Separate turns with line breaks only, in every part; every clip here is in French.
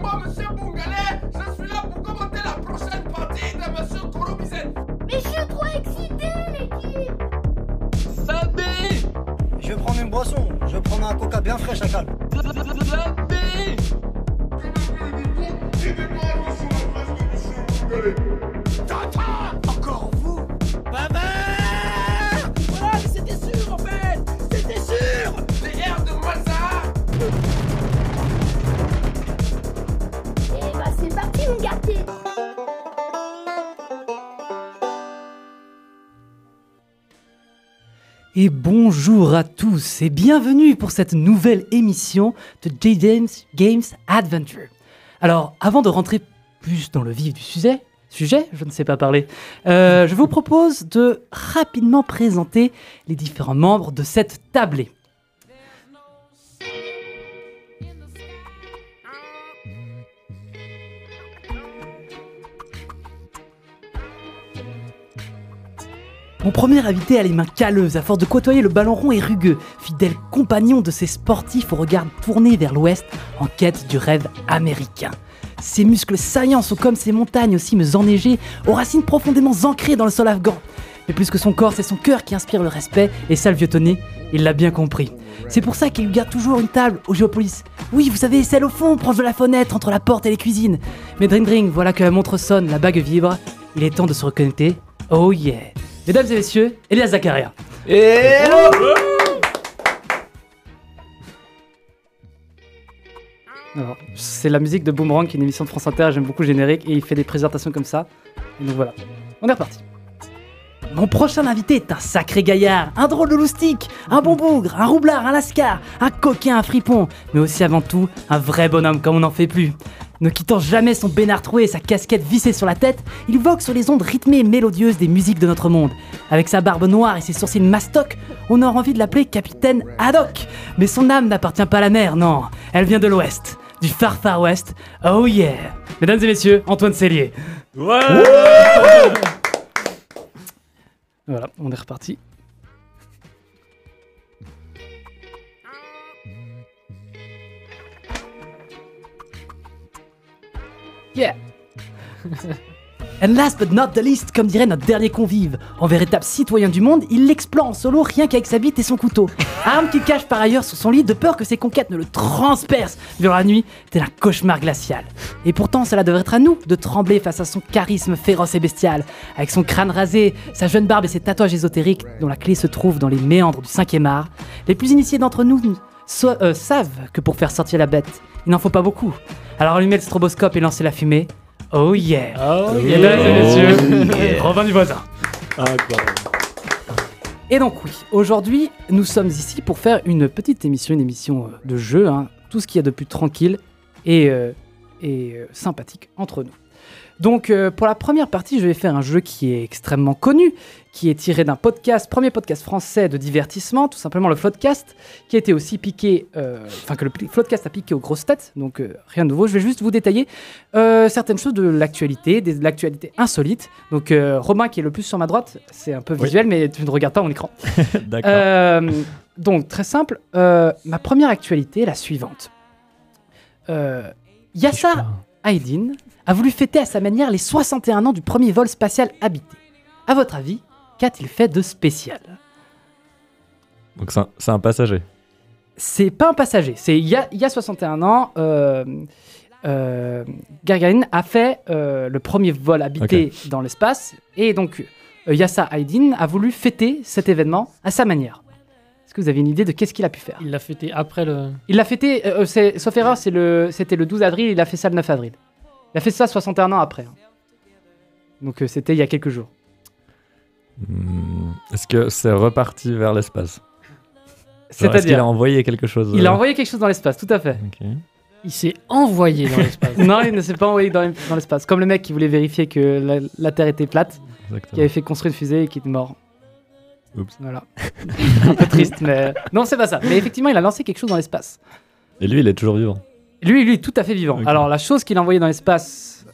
moi, monsieur Bungalais, je suis là pour commenter la prochaine partie de monsieur Corobizet.
Mais je suis trop excité, l'équipe
Zabi
Je vais prendre une boisson, je vais prendre un coca bien frais, chacal.
Zabi
Les airs de Mozart,
Eh bah c'est parti, mon gâté
Et bonjour à tous et bienvenue pour cette nouvelle émission de J-Games Games Adventure. Alors, avant de rentrer plus dans le vif du sujet, sujet, je ne sais pas parler, euh, je vous propose de rapidement présenter les différents membres de cette tablée. Mon premier invité a les mains calleuses à force de côtoyer le ballon rond et rugueux, fidèle compagnon de ces sportifs au regard tourné vers l'ouest en quête du rêve américain. Ses muscles saillants sont comme ces montagnes aux cimes enneigées, aux racines profondément ancrées dans le sol afghan. Mais plus que son corps, c'est son cœur qui inspire le respect, et ça, le vieux Tony, il l'a bien compris. C'est pour ça qu'il garde toujours une table au Géopolis. Oui, vous savez, celle au fond, proche de la fenêtre, entre la porte et les cuisines. Mais dring dring, voilà que la montre sonne, la bague vibre, il est temps de se reconnecter. Oh yeah Mesdames et messieurs, Elias Zakaria.
Et
Alors, c'est la musique de Boomerang, qui est une émission de France Inter, j'aime beaucoup le générique, et il fait des présentations comme ça. Et donc voilà, on est reparti. Mon prochain invité est un sacré gaillard, un drôle de loustique, un bon bougre, un roublard, un lascar, un coquin, un fripon, mais aussi avant tout, un vrai bonhomme comme on n'en fait plus. Ne quittant jamais son bénard troué et sa casquette vissée sur la tête, il vogue sur les ondes rythmées et mélodieuses des musiques de notre monde. Avec sa barbe noire et ses sourcils mastoc, on aurait envie de l'appeler Capitaine Haddock. Mais son âme n'appartient pas à la mer, non. Elle vient de l'Ouest, du Far Far West. Oh yeah Mesdames et messieurs, Antoine Cellier. Voilà, on est reparti. Yeah And last but not the least, comme dirait notre dernier convive, en véritable citoyen du monde, il l'explore en solo rien qu'avec sa bite et son couteau. Arme qu'il cache par ailleurs sous son lit de peur que ses conquêtes ne le transpercent durant la nuit, tel un cauchemar glacial. Et pourtant, cela devrait être à nous de trembler face à son charisme féroce et bestial, avec son crâne rasé, sa jeune barbe et ses tatouages ésotériques dont la clé se trouve dans les méandres du 5e art. Les plus initiés d'entre nous so- euh, savent que pour faire sortir la bête, il n'en faut pas beaucoup. Alors allumez le stroboscope et lancez la fumée. Oh yeah! Mesdames et
Oh,
messieurs, Robin du voisin. Et donc oui, aujourd'hui, nous sommes ici pour faire une petite émission, une émission euh, de jeu, hein, tout ce qu'il y a de plus tranquille et, euh, et euh, sympathique entre nous. Donc euh, pour la première partie, je vais faire un jeu qui est extrêmement connu, qui est tiré d'un podcast, premier podcast français de divertissement, tout simplement le Floodcast, qui a été aussi piqué, euh, enfin que le pli- Floodcast a piqué aux grosses têtes, donc euh, rien de nouveau. Je vais juste vous détailler euh, certaines choses de l'actualité, des- de l'actualité insolite. Donc euh, Romain qui est le plus sur ma droite, c'est un peu visuel, mais tu ne regardes pas mon écran.
D'accord.
Euh, donc, très simple. Euh, ma première actualité est la suivante. Euh, Yassar Aydin a voulu fêter à sa manière les 61 ans du premier vol spatial habité. À votre avis, qu'a-t-il fait de spécial
Donc c'est un, c'est un passager.
C'est pas un passager. C'est il y a, il y a 61 ans, euh, euh, Gagarin a fait euh, le premier vol habité dans l'espace. Et donc, euh, Yassa Aydin a voulu fêter cet événement à sa manière. Est-ce que vous avez une idée de qu'est-ce qu'il a pu faire
Il l'a fêté après le.
Il l'a fêté, euh, euh, c'est- sauf erreur, c'est le- c'était le 12 avril, il a fait ça le 9 avril. Il a fait ça 61 ans après. hein. Donc euh, c'était il y a quelques jours.
Hmm, Est-ce que c'est reparti vers l'espace Genre, Est-ce qu'il a
C'est-à-dire,
envoyé quelque chose
il a
euh,
envoyé quelque chose dans l'espace, tout à fait.
ok.
Il s'est envoyé dans l'espace.
non, il ne s'est pas envoyé dans, dans l'espace. Comme le mec qui voulait vérifier que la, la Terre était plate, qui
Exactement.
avait fait construire une fusée et qui est mort.
Oups.
Voilà. Un peu triste, mais. Non, c'est pas ça. Mais effectivement, il a lancé quelque chose dans l'espace.
Et lui, il est toujours vivant.
Lui, lui, est tout à fait vivant.
Ok.
Alors, la chose qu'il a envoyée dans l'espace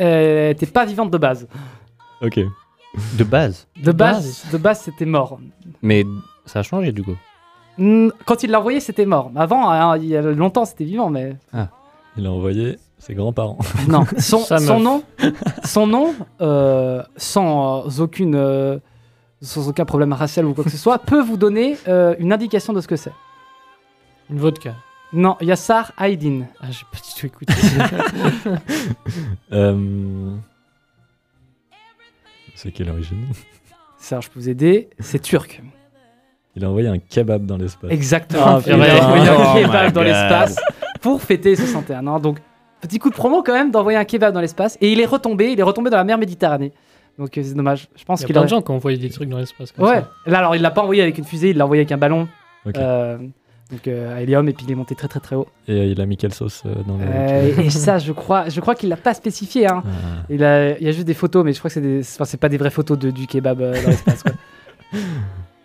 euh, était pas vivante de base.
Ok.
De base.
De base, de base c'était mort.
Mais ça a changé du coup.
Mm, Quand il l'a envoyé, c'était mort. Avant, hein, il y a longtemps, c'était vivant, mais
Il a envoyé Ses grands-parents.
Non, son,
Sa
son
meuf.
nom, son nom euh, sans aucune, euh, sans aucun problème racial ou quoi que ce soit, peut vous donner euh, une indication de ce que c'est.
Une vodka.
Non, Yassar Haydin.
Ah, j'ai pas du tout écouté.
Euh, C'est quelle origine
Ça, je peux vous aider. C'est turc.
Il a envoyé un kebab dans l'espace.
Exactement.
Ah,
Il a
purée.
envoyé un
Oh my
kebab dans
God.
l'espace pour fêter 61 ans. Donc, petit coup de promo quand même d'envoyer un kebab dans l'espace. Et il est retombé, il est retombé dans la mer Méditerranée. Donc, euh, c'est dommage. Je pense
Il y a
qu'il
plein
a.
de gens qui ont envoyé des trucs dans l'espace. Comme
Ouais.
ça.
Là, alors, il l'a pas envoyé avec une fusée, il l'a envoyé avec un ballon.
Ok.
Euh, donc, euh, à Helium, et puis il est monté très très très haut.
Et euh, il a mis quelle sauce euh, dans le.
Euh, et ça, je crois, je crois qu'il l'a pas spécifié. Hein.
Ah,
Il, a, il y a juste des photos, mais je crois que c'est des- enfin, c'est pas des vraies photos de, du kebab euh, dans l'espace. quoi.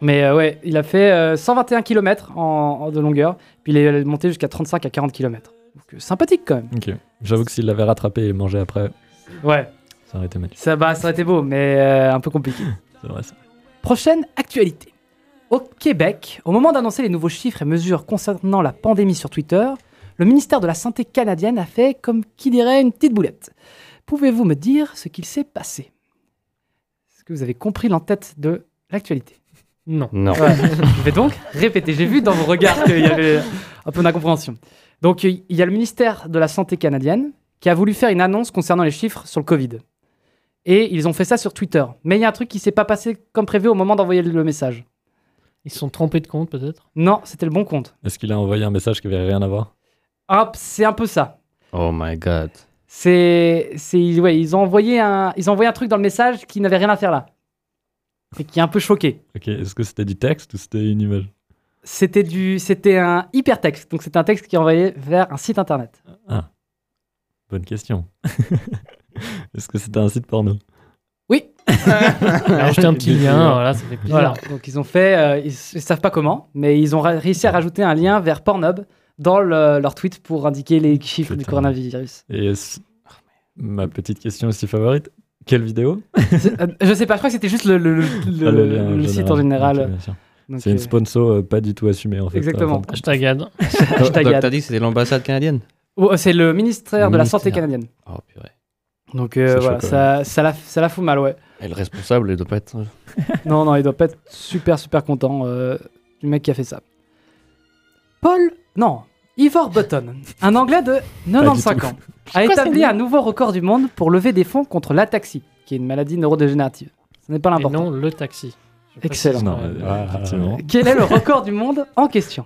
mais euh, ouais, il a fait euh, 121 km en, en- de longueur, puis il est monté jusqu'à 35 à 40 km. Donc, euh, sympathique quand même.
ok. J'avoue que s'il l'avait rattrapé et mangé après,
Ouais,
ça aurait été mal.
ça, bah, ça aurait été beau, mais euh, un peu compliqué.
C'est vrai ça.
Prochaine actualité. Au Québec, au moment d'annoncer les nouveaux chiffres et mesures concernant la pandémie sur Twitter, le ministère de la Santé canadienne a fait, comme qui dirait, une petite boulette. Pouvez-vous me dire ce qu'il s'est passé Est-ce que vous avez compris l'entête de l'actualité
Non.
Non.
Ouais. Je vais donc répéter. J'ai vu dans vos regards qu'il y avait un peu d'incompréhension. Donc, il y a le ministère de la Santé canadienne qui a voulu faire une annonce concernant les chiffres sur le Covid. Et ils ont fait ça sur Twitter. Mais il y a un truc qui s'est pas passé comme prévu au moment d'envoyer le message.
Ils se sont trompés de compte, peut-être
Non, c'était le bon compte.
Est-ce qu'il a envoyé un message qui avait rien à voir
Hop, c'est un peu ça.
Oh my god.
C'est, c'est, ouais, ils ont envoyé un, ils ont envoyé un truc dans le message qui n'avait rien à faire là et qui est un peu choqué.
Ok. Est-ce que c'était du texte ou c'était une image
C'était du, c'était un hypertexte. Donc c'est un texte qui est envoyé vers un site internet.
Bonne question. Est-ce que c'était un site porno
Alors, jeter un petit
Des-
lien, voilà, ça fait plaisir.
Voilà, donc ils ont fait, euh, ils, s- ils savent pas comment, mais ils ont ra- réussi à rajouter un lien vers Pornhub dans le- leur tweet pour indiquer les chiffres du
Putain.
coronavirus.
Et est-ce- ma petite question aussi favorite quelle vidéo
C'est- euh, je sais pas, je crois que c'était juste le, le- le- le-
Ah, lien
le site en
Ok,
général.
bien sûr.
Donc,
C'est une
euh,
sponsor euh, pas du tout assumée en fait.
Exactement.
en fin de compte.
Hashtag ad.
Donc,
Hashtag ad.
t'as dit que c'était l'ambassade canadienne
oh, c'est le ministère de la Santé
Ministère.
canadienne.
Oh purée.
Donc euh,
C'est
voilà,
chaud,
ça, ça, la, ça la fout mal, ouais.
Et le responsable, il doit pas être.
Non, non, il doit pas être super, super content euh, du mec qui a fait ça. Paul, non, Ivor Button, un Anglais de 95
tout.
ans, a établi un nouveau record du monde pour lever des fonds contre l'ataxie, qui est une maladie neurodégénérative. Ce n'est pas
Et
l'important.
non, le taxi. Je sais pas
Excellent.
si
Non,
c'est-
euh,
Ah,
effectivement.
Quel est le record du monde en question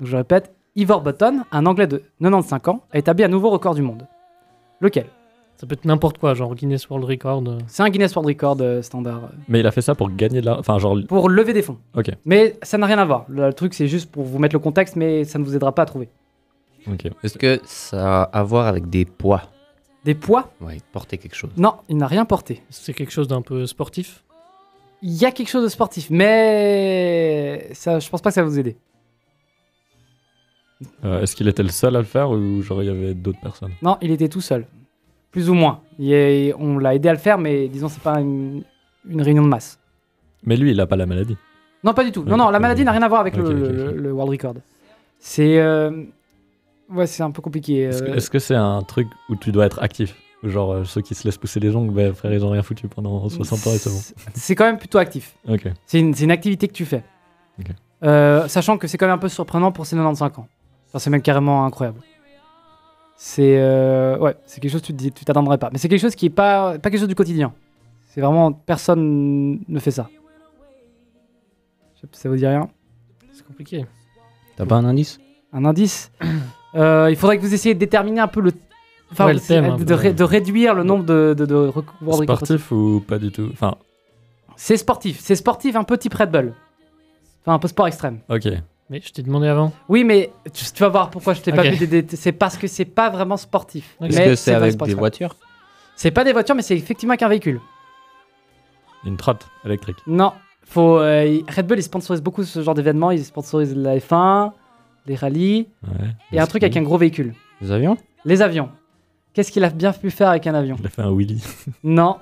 Donc, Je répète, Ivor Button, un Anglais de 95 ans, a établi un nouveau record du monde. Lequel
Ça peut être n'importe quoi, genre Guinness World Record. euh.
C'est un Guinness World Record euh, standard. euh,
Mais il a fait ça pour gagner de l'argent. Enfin, genre.
Pour lever des fonds.
Ok.
Mais ça n'a rien à voir. Le truc, c'est juste pour vous mettre le contexte, mais ça ne vous aidera pas à trouver.
Ok.
Est-ce que ça a à voir avec des poids
Des poids
Ouais, porter quelque chose.
Non, il n'a rien porté.
C'est quelque chose d'un peu sportif.
Il y a quelque chose de sportif, mais ça, je pense pas que ça va vous aider.
Euh, Est-ce qu'il était le seul à le faire ou genre il y avait d'autres personnes
Non, il était tout seul, plus ou moins. Il est- on l'a aidé à le faire, mais disons c'est pas une, une réunion de masse.
Mais lui, il a pas la maladie.
Non, pas du tout. Non,
Ouais,
non, la
ok.
maladie n'a rien à voir avec le,
Ok, ok,
le-
ok.
le World Record. C'est euh, ouais, c'est un peu compliqué.
Est-ce que
euh,
est-ce que c'est un truc où tu dois être actif Genre euh, ceux qui se laissent pousser les ongles, bah, frère, ils ont rien foutu pendant 60 ans et c'est bon.
C'est quand même plutôt actif.
Ok.
C'est une, c'est une activité que tu fais.
Ok.
Euh, sachant que c'est quand même un peu surprenant pour ses 95 ans. Enfin, c'est même carrément incroyable. C'est euh, ouais, c'est quelque chose que tu te dis, tu t'attendrais pas. Mais c'est quelque chose qui est pas pas quelque chose du quotidien. C'est vraiment personne ne fait ça. Je sais pas, Ça vous dit rien
C'est compliqué.
T'as pas un indice
Un indice Euh, Il faudrait que vous essayiez de déterminer un peu le, enfin,
Ouais, le thème, hein, un
de,
peu,
de ré-
ouais.
de réduire le nombre de de, de recours-
Sportif ou pas du tout Enfin,
C'est sportif, c'est sportif un peu type Red Bull. Enfin un peu sport extrême.
ok.
Mais je t'ai demandé avant.
Oui, mais tu, tu vas voir pourquoi je t'ai
Ok.
pas pu t'aider. C'est parce que c'est pas vraiment sportif.
Est-ce
Est-ce
Mais
que c'est
un
avec
sport
des
extrême.
voitures
C'est pas des voitures, mais c'est effectivement qu'un véhicule.
Une trotte électrique.
Non, faut. euh, y- Red Bull, ils sponsorisent beaucoup ce genre d'événements. Ils sponsorisent la F1, les rallyes
Ouais.
et un truc avec un gros véhicule.
Des avions
Les avions. Qu'est-ce qu'il a bien pu faire avec un avion
Il a fait un wheelie.
Non.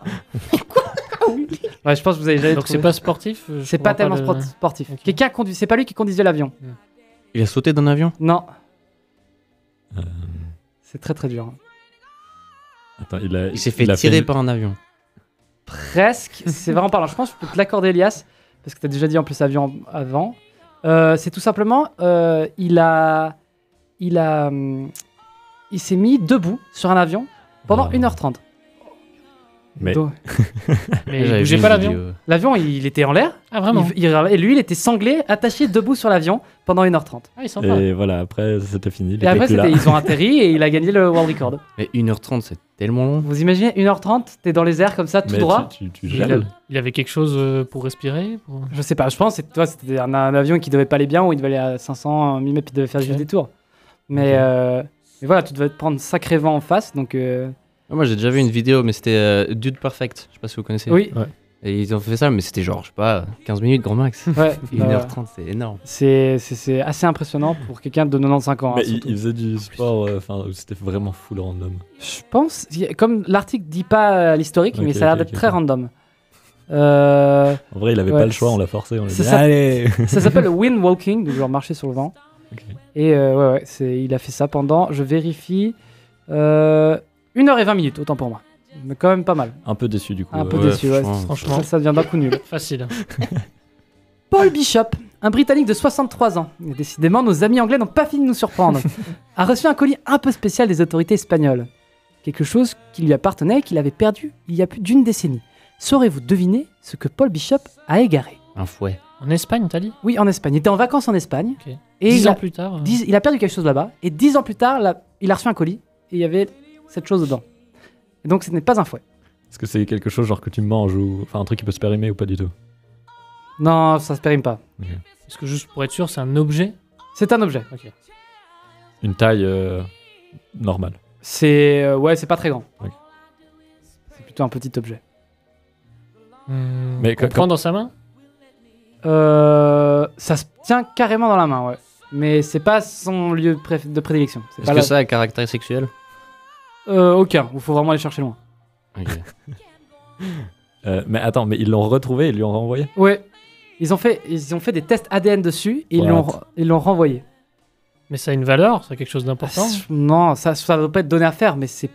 Ouais, je pense que vous avez jamais
Donc c'est
trouvé. Euh,
pas sportif euh, je
C'est
comprends
pas tellement
le-
sport- sportif.
Ok.
Quelqu'un conduit. C'est pas lui qui conduisait l'avion.
Il a sauté d'un avion Euh.
Non. C'est très très dur. hein.
Attends, il a.
Il s'est fait
a
tirer
une-
par un avion.
Presque, c'est vraiment parlant. Je pense que je peux te l'accorder, Elias, parce que t'as déjà dit en plus avion avant. Euh, c'est tout simplement, euh, il a. Il a. hum, Il s'est mis debout sur un avion pendant
Oh.
1h30.
Mais-
Donc,
euh, Mais il
J'avais
bougeait
vu
pas
une
l'avion.
vidéo.
L'avion, il, il était en l'air.
Ah, vraiment
Il- il- et lui, il était sanglé, attaché debout sur l'avion pendant 1h30.
Ah, il est sympa.
Et voilà, après, c'était
hein.
fini. il
Et
était
après,
plus
c'était-
là.
ils ont atterri et il a gagné le world record.
Mais 1h30, c'est tellement long.
Vous imaginez 1h30, t'es dans les airs comme ça, tout
Mais tu-
droit
Tu, tu,
Il, a-
gèles.
il avait quelque chose euh, pour respirer pour-
Je sais pas, je pense que toi, c'était un, un avion qui devait pas aller bien, ou il devait aller à 500 1000 mètres, puis il devait faire juste
Ok.
des tours. Mais, euh, mais voilà, tu devais te prendre sacré vent en face, donc euh,
Ah, Moi, j'ai déjà vu une vidéo, mais c'était euh, Dude Perfect. Je sais pas si vous connaissez.
oui,
Et ils ont fait ça, mais c'était genre, je sais pas, 15 minutes grand max.
ouais, euh,
1h30, c'est énorme.
c'est c'est- c'est assez impressionnant pour quelqu'un de 95 ans. hein,
Mais il,
surtout.
il faisait du sport, euh, enfin, où c'était vraiment full random.
Je pense, comme l'article dit pas euh, l'historique,
Ok,
mais ça a l'air
ok,
d'être
ok.
très random. Euh,
En vrai, il avait
Ouais,
pas le choix,
c'est-
on l'a forcé. On l'a
c'est
dit, Ah,
ça.
Allez
ça s'appelle le wind walking, donc genre marcher sur le vent.
Ok.
Et euh, ouais, ouais, c'est- il a fait ça pendant, je vérifie, euh, 1h20 minutes, autant pour moi. Mais quand même pas mal.
Un peu déçu du coup.
Un peu
euh,
Ouais,
déçu, ouais.
franchement.
Franchement,
Ça, ça devient d'un coup nul.
facile.
Paul Bishop, un Britannique de 63 ans, et décidément nos amis anglais n'ont pas fini de nous surprendre, a reçu un colis un peu spécial des autorités espagnoles. Quelque chose qui lui appartenait et qu'il avait perdu il y a plus d'une décennie. Saurez-vous deviner ce que Paul Bishop a égaré
Un fouet.
En Espagne, t'as dit
Oui, en Espagne. Il était en vacances en Espagne.
Ok.
Et
Dix
il
ans
a,
plus tard. euh,
dix- il a perdu quelque chose là-bas. Et dix ans plus tard, là, il a reçu un colis et il y avait cette chose dedans. Et donc ce n'est pas un fouet.
Est-ce que c'est quelque chose genre que tu manges ou. Enfin, un truc qui peut se périmer ou pas du tout
Non, ça se périme pas.
Parce que juste pour être sûr, c'est un objet.
C'est un objet.
Ok.
Une taille euh, normale.
C'est euh, ouais, c'est pas très grand.
Ok.
C'est plutôt un petit objet.
Mais
Mais
quand-
euh, qu'on prend dans sa main
Euh, ça se tient carrément dans la main, ouais. Mais c'est pas son lieu de, pré- de prédilection. C'est
Est-ce
pas
que
là-
ça a un caractère sexuel
Euh, aucun. Il faut vraiment aller chercher loin.
Ok.
Euh, mais attends, mais ils l'ont retrouvé, ils lui ont renvoyé
Ouais. Ils ont fait, ils ont fait des tests ADN dessus et ils
What
l'ont, re- ils l'ont renvoyé.
Mais ça a une valeur, ça a quelque chose d'important.
Ah, non, ça, ça doit pas être donné à faire, mais c'est,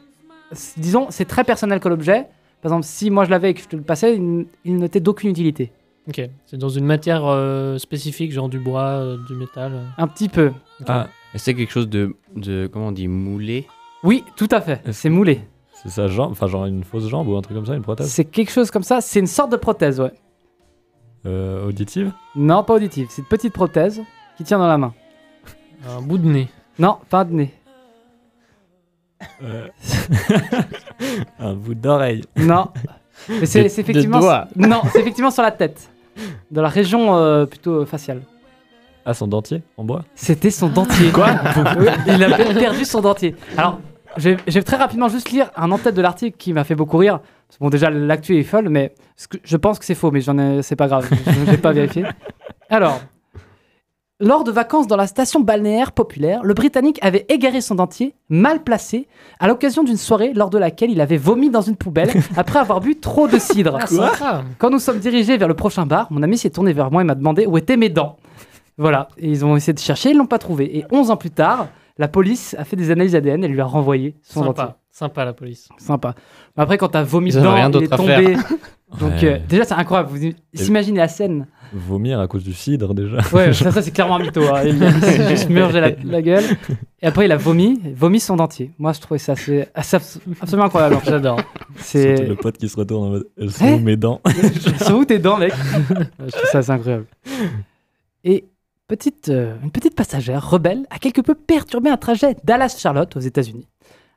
c'est- disons, c'est très personnel que l'objet. Par exemple, si moi je l'avais et que je te le passais, il, n- il n'était d'aucune utilité.
Ok. C'est dans une matière euh, spécifique, genre du bois, euh, du métal. euh.
Un petit peu.
Ah,
Est-ce que c'est quelque chose de, de. Comment on dit Moulé
Oui, tout à fait.
Est-ce
C'est moulé.
c'est sa jambe, enfin genre une fausse jambe ou un truc comme ça, une prothèse
C'est quelque chose comme ça. C'est une sorte de prothèse, ouais.
euh, auditive
Non, pas auditive. C'est une petite prothèse qui tient dans la main.
Un bout de nez.
Non, pas de nez.
Euh, Un bout d'oreille.
Non. Mais c'est
De-
c'est effectivement.
de doigts.
Non, c'est effectivement sur la tête. Dans la région euh, plutôt faciale.
Ah, son dentier en bois
C'était son dentier. Quoi Il a per- perdu son dentier. Alors, je vais, je vais très rapidement juste lire un en-tête de l'article qui m'a fait beaucoup rire. Parce que, Bon, déjà, l'actu est folle, mais ce que- je pense que c'est faux, mais j'en ai- c'est pas grave. Je n'ai pas vérifié. Alors, lors de vacances dans la station balnéaire populaire, le Britannique avait égaré son dentier, mal placé, à l'occasion d'une soirée lors de laquelle il avait vomi dans une poubelle après avoir bu trop de cidre.
Ah, sympa
Quand nous sommes dirigés vers le prochain bar, mon ami s'est tourné vers moi et m'a demandé où étaient mes dents. Voilà, Et ils ont essayé de chercher, ils l'ont pas trouvé. Et 11 ans plus tard, la police a fait des analyses ADN et lui a renvoyé son dentier.
Sympa. Sympa la police.
Sympa. Mais Après, quand t'as vomi
Ils en ont
dedans,
rien
il
d'autre
est
à
tombé. Donc
Ouais.
euh, déjà, c'est incroyable. Vous imaginez la scène
Vomir à cause du cidre déjà.
Ouais, ça, ça, c'est clairement un mytho. hein. Il a- il s'est juste murgé la, la gueule. Et après, il a vomi, vomi son dentier. Moi, je trouvais ça assez, assez abs- absolument incroyable.
J'adore.
C'est.
Surtout le pote qui se retourne en mode Elles sont
Hein
où mes dents
Elles sont où tes dents, mec Je trouve ça assez incroyable. Et petite, euh, une petite passagère rebelle a quelque peu perturbé un trajet Dallas-Charlotte aux États-Unis.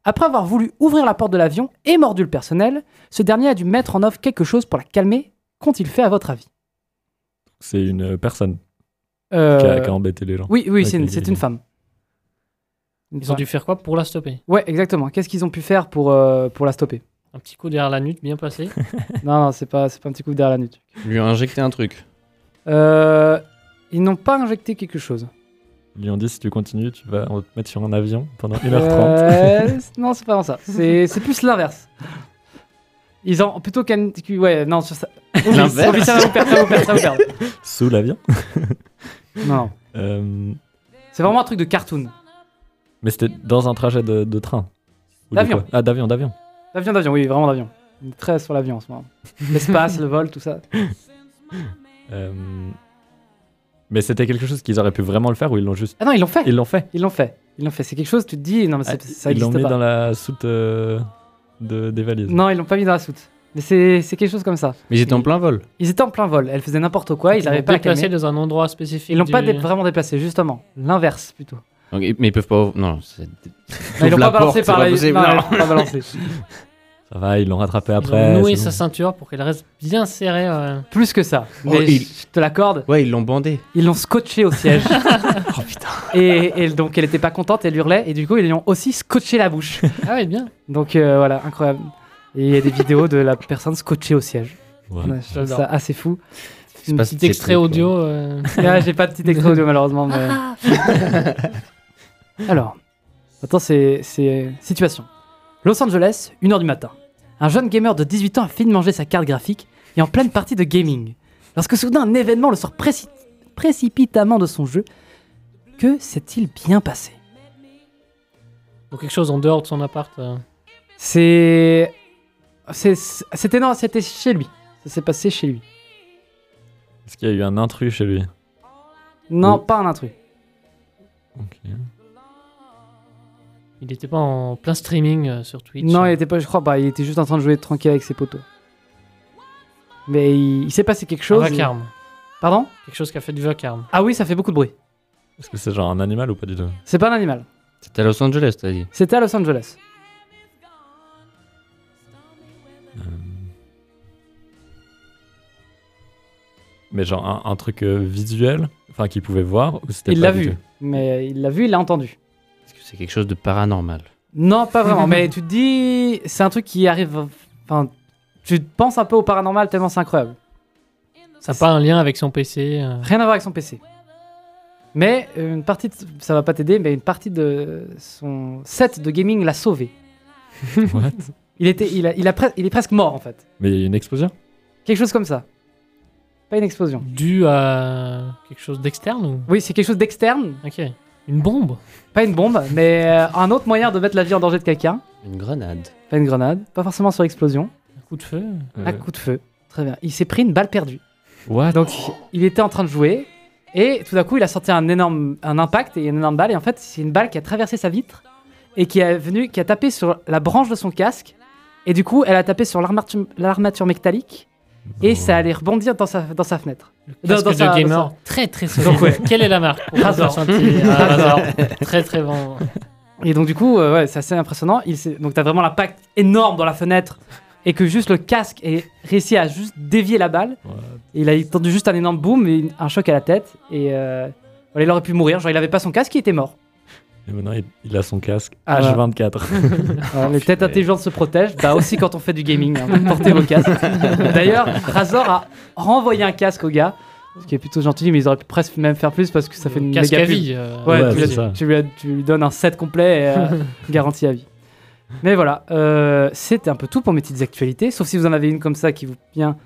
Après avoir voulu ouvrir la porte de l'avion et mordu le personnel, ce dernier a dû mettre en œuvre quelque chose pour la calmer. Qu'ont-il fait à votre avis
C'est une personne
Euh,
qui, a, qui a embêté les gens.
Oui, oui, c'est
Ok,
une,
ok,
c'est
ok.
une femme. Une
Ils ont
femme.
dû faire quoi pour la stopper
Ouais, exactement. Qu'est-ce qu'ils ont pu faire pour, euh, pour la stopper
Un petit coup derrière la nuque, bien placé.
Non, non, c'est pas, c'est pas un petit coup derrière la nuque.
Lui a injecté un truc.
Euh, ils n'ont pas injecté quelque chose.
Ils lui ont dit si tu continues, tu vas, on va te mettre sur un avion pendant 1h30.
Euh, non, c'est pas vraiment ça. C'est c'est plus l'inverse. Ils ont plutôt qu'un. Ouais, non, sur ça.
L'inverse
Oublie ça, ça vous perd, ça vous perd, ça vous perd.
Sous l'avion
Non,
Euh,
c'est vraiment un truc de cartoon.
Mais c'était dans un trajet de, de train. Ou de
D'avion.
quoi Ah, d'avion, d'avion.
L'avion, d'avion, oui, vraiment d'avion. On est Très sur l'avion en ce moment. L'espace, le vol, tout ça.
Euh, Mais c'était quelque chose qu'ils auraient pu vraiment le faire ou ils l'ont juste.
Ah non, ils l'ont fait.
Ils l'ont fait.
Ils l'ont fait. Ils l'ont fait. C'est quelque chose, tu te dis, non, mais c'est-
Ah,
ça
ils l'ont
existe
mis
pas.
dans la soute euh, de, des valises.
Non, ils l'ont pas mis dans la soute. Mais c'est c'est quelque chose comme ça.
Mais ils étaient en plein vol.
Ils étaient en plein vol. Elle faisait n'importe quoi. Ils n'arrivaient
l'ont
pas à
déplacé
calmer.
dans un endroit spécifique.
Ils l'ont pas
du-
dé- vraiment déplacé, justement. L'inverse, plutôt.
Donc, ils- mais ils peuvent pas. Non, c'est-
Non, ils l'ont
la
pas balancé
porte,
par
c'est
la.
pas possible,
non,
non.
ils l'ont pas balancé.
Ça va, ils l'ont rattrapé
Ils
après.
ont noué
c'est
sa
bon.
ceinture pour qu'elle reste bien serrée. euh. ouais.
Plus que ça.
Oh,
Mais
il-
je te l'accorde,
Ouais, ils l'ont bandé.
ils l'ont scotché au siège.
Oh,
Et, et donc, elle était pas contente, elle hurlait. Et du coup, ils lui ont aussi scotché la bouche.
Ah ouais, bien.
Donc, euh, voilà, incroyable. Et il y a des vidéos de la personne scotchée au siège.
Ouais.
Ouais, je trouve
J'adore.
ça assez fou.
C'est pas-
Petit
c'est
extrait
triste,
audio. euh,
Là, Ah, j'ai pas de petit extra audio, malheureusement. Mais... Alors, maintenant, c'est c'est- situation. Los Angeles, 1h du matin. Un jeune gamer de 18 ans a fini de manger sa carte graphique et en pleine partie de gaming. Lorsque soudain un événement le sort préci- précipitamment de son jeu, que s'est-il bien passé
Ou quelque chose en dehors de son appart. euh.
C'est. c'est- C'était non, c'était chez lui. Ça s'est passé chez lui.
Est-ce qu'il y a eu un intrus chez lui
Non, pas un intrus.
Ok.
Il était pas en plein streaming euh, sur Twitch.
Non, il était pas, je crois pas. Il était juste en train de jouer tranquille avec ses poteaux. Mais il, il s'est passé quelque
Un
chose.
vacarme.
Pardon
Quelque chose qui a fait du vacarme.
Ah oui, ça fait beaucoup de bruit.
Est-ce que c'est genre un animal ou pas du tout
C'est pas un animal.
C'était à Los Angeles, t'as dit.
C'était à Los Angeles.
Mais genre un, un truc euh, visuel, enfin qu'il pouvait voir ou c'était
Il
pas
l'a
du
vu,
tout
mais il l'a vu, il l'a entendu.
Est-ce que c'est quelque chose de paranormal
Non, pas vraiment. mais tu te dis, c'est un truc qui arrive. Enfin, tu te penses un peu au paranormal tellement c'est incroyable.
Ça n'a pas un lien avec son PC. euh.
Rien à voir avec son PC. Mais une partie, de- ça va pas t'aider, mais une partie de son set de gaming l'a sauvé.
What
Il était, il a- il a pre- il est presque mort en fait.
Mais il y a une explosion
Quelque chose comme ça. Pas une explosion.
Dû à quelque chose d'externe ou
Oui, c'est quelque chose d'externe,
Ok. Une bombe
pas une bombe, mais euh, un autre moyen de mettre la vie en danger de quelqu'un.
Une grenade.
Pas une grenade, pas forcément sur explosion,
Un coup de feu
un
Euh,
coup de feu. Très bien. Il s'est pris une balle perdue.
What
Donc il était en train de jouer et tout d'un coup il a sorti un énorme un impact et une énorme balle et en fait c'est une balle qui a traversé sa vitre et qui a venu qui a tapé sur la branche de son casque et du coup elle a tapé sur l'armature l'armature métallique et ça allait rebondir dans sa dans sa fenêtre. Dans-
Casque
dans
de
sa- dans
gamer
sa-
très très solide.
Donc, ouais.
Quelle est la marque pour
Razor.
faire sentir- Ah, Razor. Très très bon.
Et donc du coup, euh, ouais, c'est assez impressionnant. Il s'est- donc t'as vraiment l'impact énorme dans la fenêtre et que juste le casque ait réussi à juste dévier la balle.
What
Et il a tendu juste un énorme boom et une- un choc à la tête. Et euh, voilà, il aurait pu mourir. Genre il avait pas son casque, il était mort.
Et maintenant il, il a son casque
Ah,
H24.
Voilà, Euh, les têtes intelligentes se protègent. Bah aussi quand on fait du gaming, hein, vous portez vos casques. D'ailleurs, Razor a renvoyé un casque au gars, ce qui est plutôt gentil, mais ils auraient pu presque même faire plus parce que ça fait une
Casque
méga
à
pub.
vie. euh,
Ouais,
Ouais,
tu,
c'est
lui-
ça.
tu lui, tu lui donnes un set complet et, euh, garanti à vie. Mais voilà, euh, c'était un peu tout pour mes petites actualités, sauf si vous en avez une comme ça qui vous vient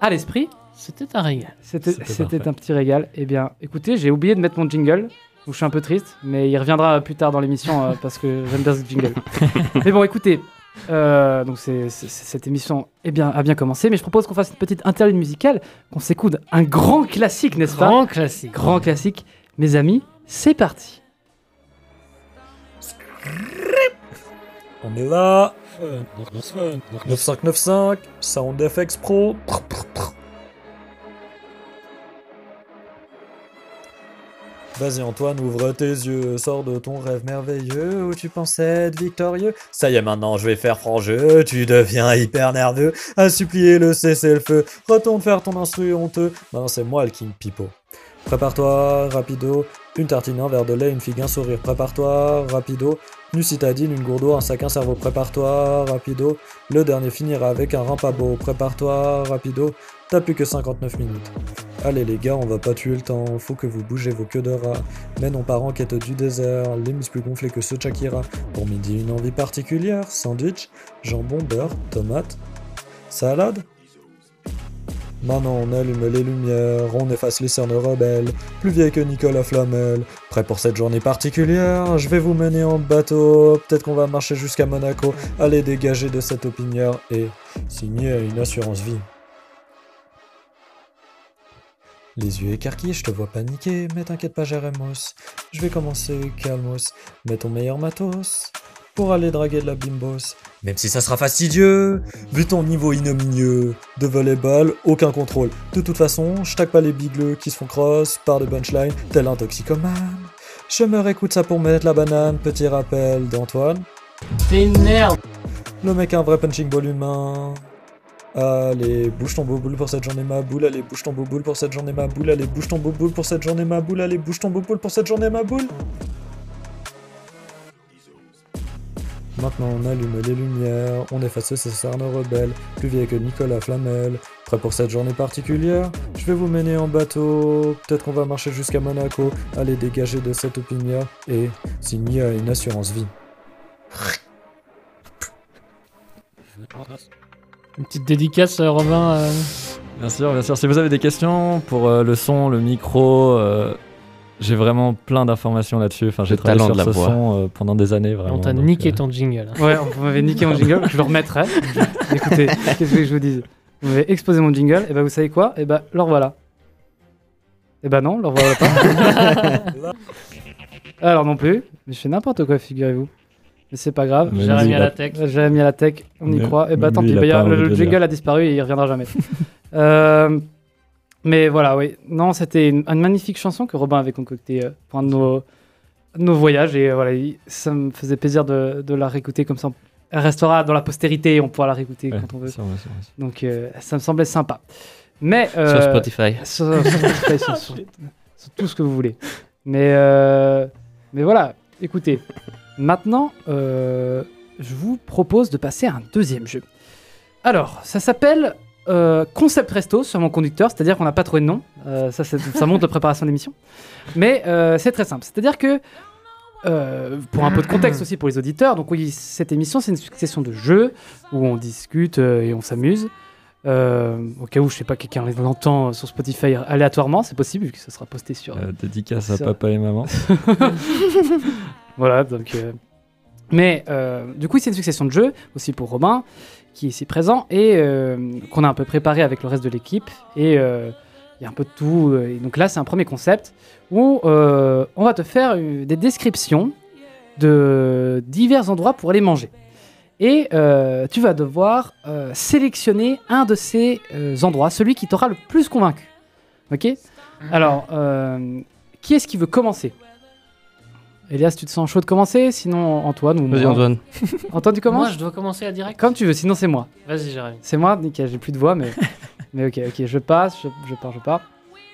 à l'esprit.
C'était un régal.
C'était
C'était
c'était
parfait.
un petit régal. Eh bien, écoutez, j'ai oublié de mettre mon jingle, donc je suis un peu triste, mais il reviendra plus tard dans l'émission euh, parce que j'aime bien ce jingle. mais bon, écoutez, euh, donc c'est- c'est- c'est- cette émission eh bien, a bien commencé, mais je propose qu'on fasse une petite interlude musicale, qu'on s'écoute un grand classique, n'est-ce pas
Grand classique.
Grand classique. Mes amis, c'est parti.
On est là 9595, Sound FX Pro. Vas-y Antoine, ouvre tes yeux, sors de ton rêve merveilleux où tu pensais être victorieux. Ça y est maintenant, je vais faire franc jeu, tu deviens hyper nerveux, à supplier le cessez-le-feu, retourne faire ton instru honteux. Non, c'est moi le King Pipo. Prépare-toi, rapido, une tartine, un verre de lait, une figue, un sourire. Prépare-toi, rapido, une citadine, une gourde, d'eau, un sac, un cerveau, prépare-toi, rapido. Le dernier finira avec un rein pas beau, prépare-toi, rapido. T'as plus que 59 minutes. Allez les gars, on va pas tuer le temps, faut que vous bougez vos queues de rat. Mène on part en quête du désert, les muscles plus gonflés que ceux de Shakira. Pour midi, une envie particulière, sandwich, jambon, beurre, tomate, salade.
Maintenant on allume les lumières, on efface les cernes rebelles, plus vieille que Nicolas Flamel. Prêt pour cette journée particulière, je vais vous mener en bateau, peut-être qu'on va marcher jusqu'à Monaco, allez dégager de cette opinion et signer une assurance vie. Les yeux écarquillés, je te vois paniquer, mais t'inquiète pas Jaremos, je vais commencer calmos, mets ton meilleur matos pour aller draguer de la bimbos. Même si ça sera fastidieux, vu ton niveau ignominieux de volleyball, aucun contrôle. De toute façon, je tague pas les bigleux qui se font cross par de punchlines, tel un toxicomane. Je me réécoute ça pour mettre la banane, petit rappel d'Antoine.
T'es une merde.
Le mec a un vrai punching ball humain. Ah, Allez, bouge ton boule pour cette journée ma boule, allez, bouge ton boule pour cette journée ma boule, allez, bouge ton boule pour cette journée ma boule, allez, bouge ton boule pour cette journée ma boule. Maintenant on allume les lumières, on efface ces cernes rebelles, plus vieilles que Nicolas Flamel. Prêt pour cette journée particulière Je vais vous mener en bateau, peut-être qu'on va marcher jusqu'à Monaco, allez dégager de cette opinion et signer une assurance vie.
Une petite dédicace, euh, Robin. euh,
Bien sûr, bien sûr. Si vous avez des questions pour euh, le son, le micro, euh, j'ai vraiment plein d'informations là-dessus. Enfin, j'ai
Le
travaillé sur
talent de
ce
la voix.
son euh, pendant des années, vraiment.
on t'a
donc,
niqué
euh,
ton jingle.
Ouais, on m'avait niqué mon jingle, je le remettrai. Écoutez, qu'est-ce que je vous dis Vous m'avez exposé mon jingle, et bah vous savez quoi Et bah le revoilà. Et bah non, le revoilà pas. Alors non plus, mais je fais n'importe quoi, figurez-vous. Mais c'est pas grave.
Mais
Jérémy
lui,
à
il a-
la tech.
J'avais mis à la tech, on y
Mais-
croit. Et bah
même
tant
lui,
pis,
il a
bah, y a-
pas envie
le,
de
le
le
jingle
dire.
a disparu et il reviendra jamais. Euh, mais voilà, oui. Non, c'était une, une magnifique chanson que Robin avait concoctée euh, pour un de nos, nos voyages. Et euh, voilà, il- ça me faisait plaisir de, de la réécouter comme ça. Elle restera dans la postérité et on pourra la réécouter
ouais,
quand on veut.
sûr, bien sûr, bien sûr.
Donc euh, ça me semblait sympa. Mais.
Sur
euh,
Spotify.
sur, sur Spotify, sur- sur- sur tout ce que vous voulez. Mais, euh, mais voilà, écoutez, maintenant, euh, je vous propose de passer à un deuxième jeu. Alors, ça s'appelle euh, Concept Resto sur mon conducteur, c'est-à-dire qu'on n'a pas trouvé de nom. Euh, ça, c'est- ça montre la préparation de l'émission. Mais euh, c'est très simple, c'est-à-dire que. euh, pour un peu de contexte aussi pour les auditeurs, donc oui, cette émission c'est une succession de jeux où on discute euh, et on s'amuse. Euh, au cas où je sais pas quelqu'un l'entend euh, sur Spotify aléatoirement, c'est possible vu que ça sera posté
Oh.
sur.
Euh, dédicace à
Ça.
papa et maman.
Voilà donc. euh, Mais euh, du coup c'est une succession de jeux aussi pour Robin qui est ici présent et euh, qu'on a un peu préparé avec le reste de l'équipe et euh, il y a un peu de tout. euh, et donc là c'est un premier concept où euh, on va te faire euh, des descriptions de divers endroits pour aller manger. Et euh, tu vas devoir euh, sélectionner un de ces euh, endroits, celui qui t'aura le plus convaincu. Ok
Mhm.
Alors, euh, qui est-ce qui veut commencer Elias, tu te sens chaud de commencer Sinon, Antoine ou
Vas-y
moi
Antoine.
Antoine, tu
Moi,
commences
je dois commencer à direct.
Comme tu veux, sinon c'est moi.
Vas-y, Jérémy.
C'est moi, nickel, j'ai plus de voix, mais, mais ok, ok, je passe, je, je pars, je pars.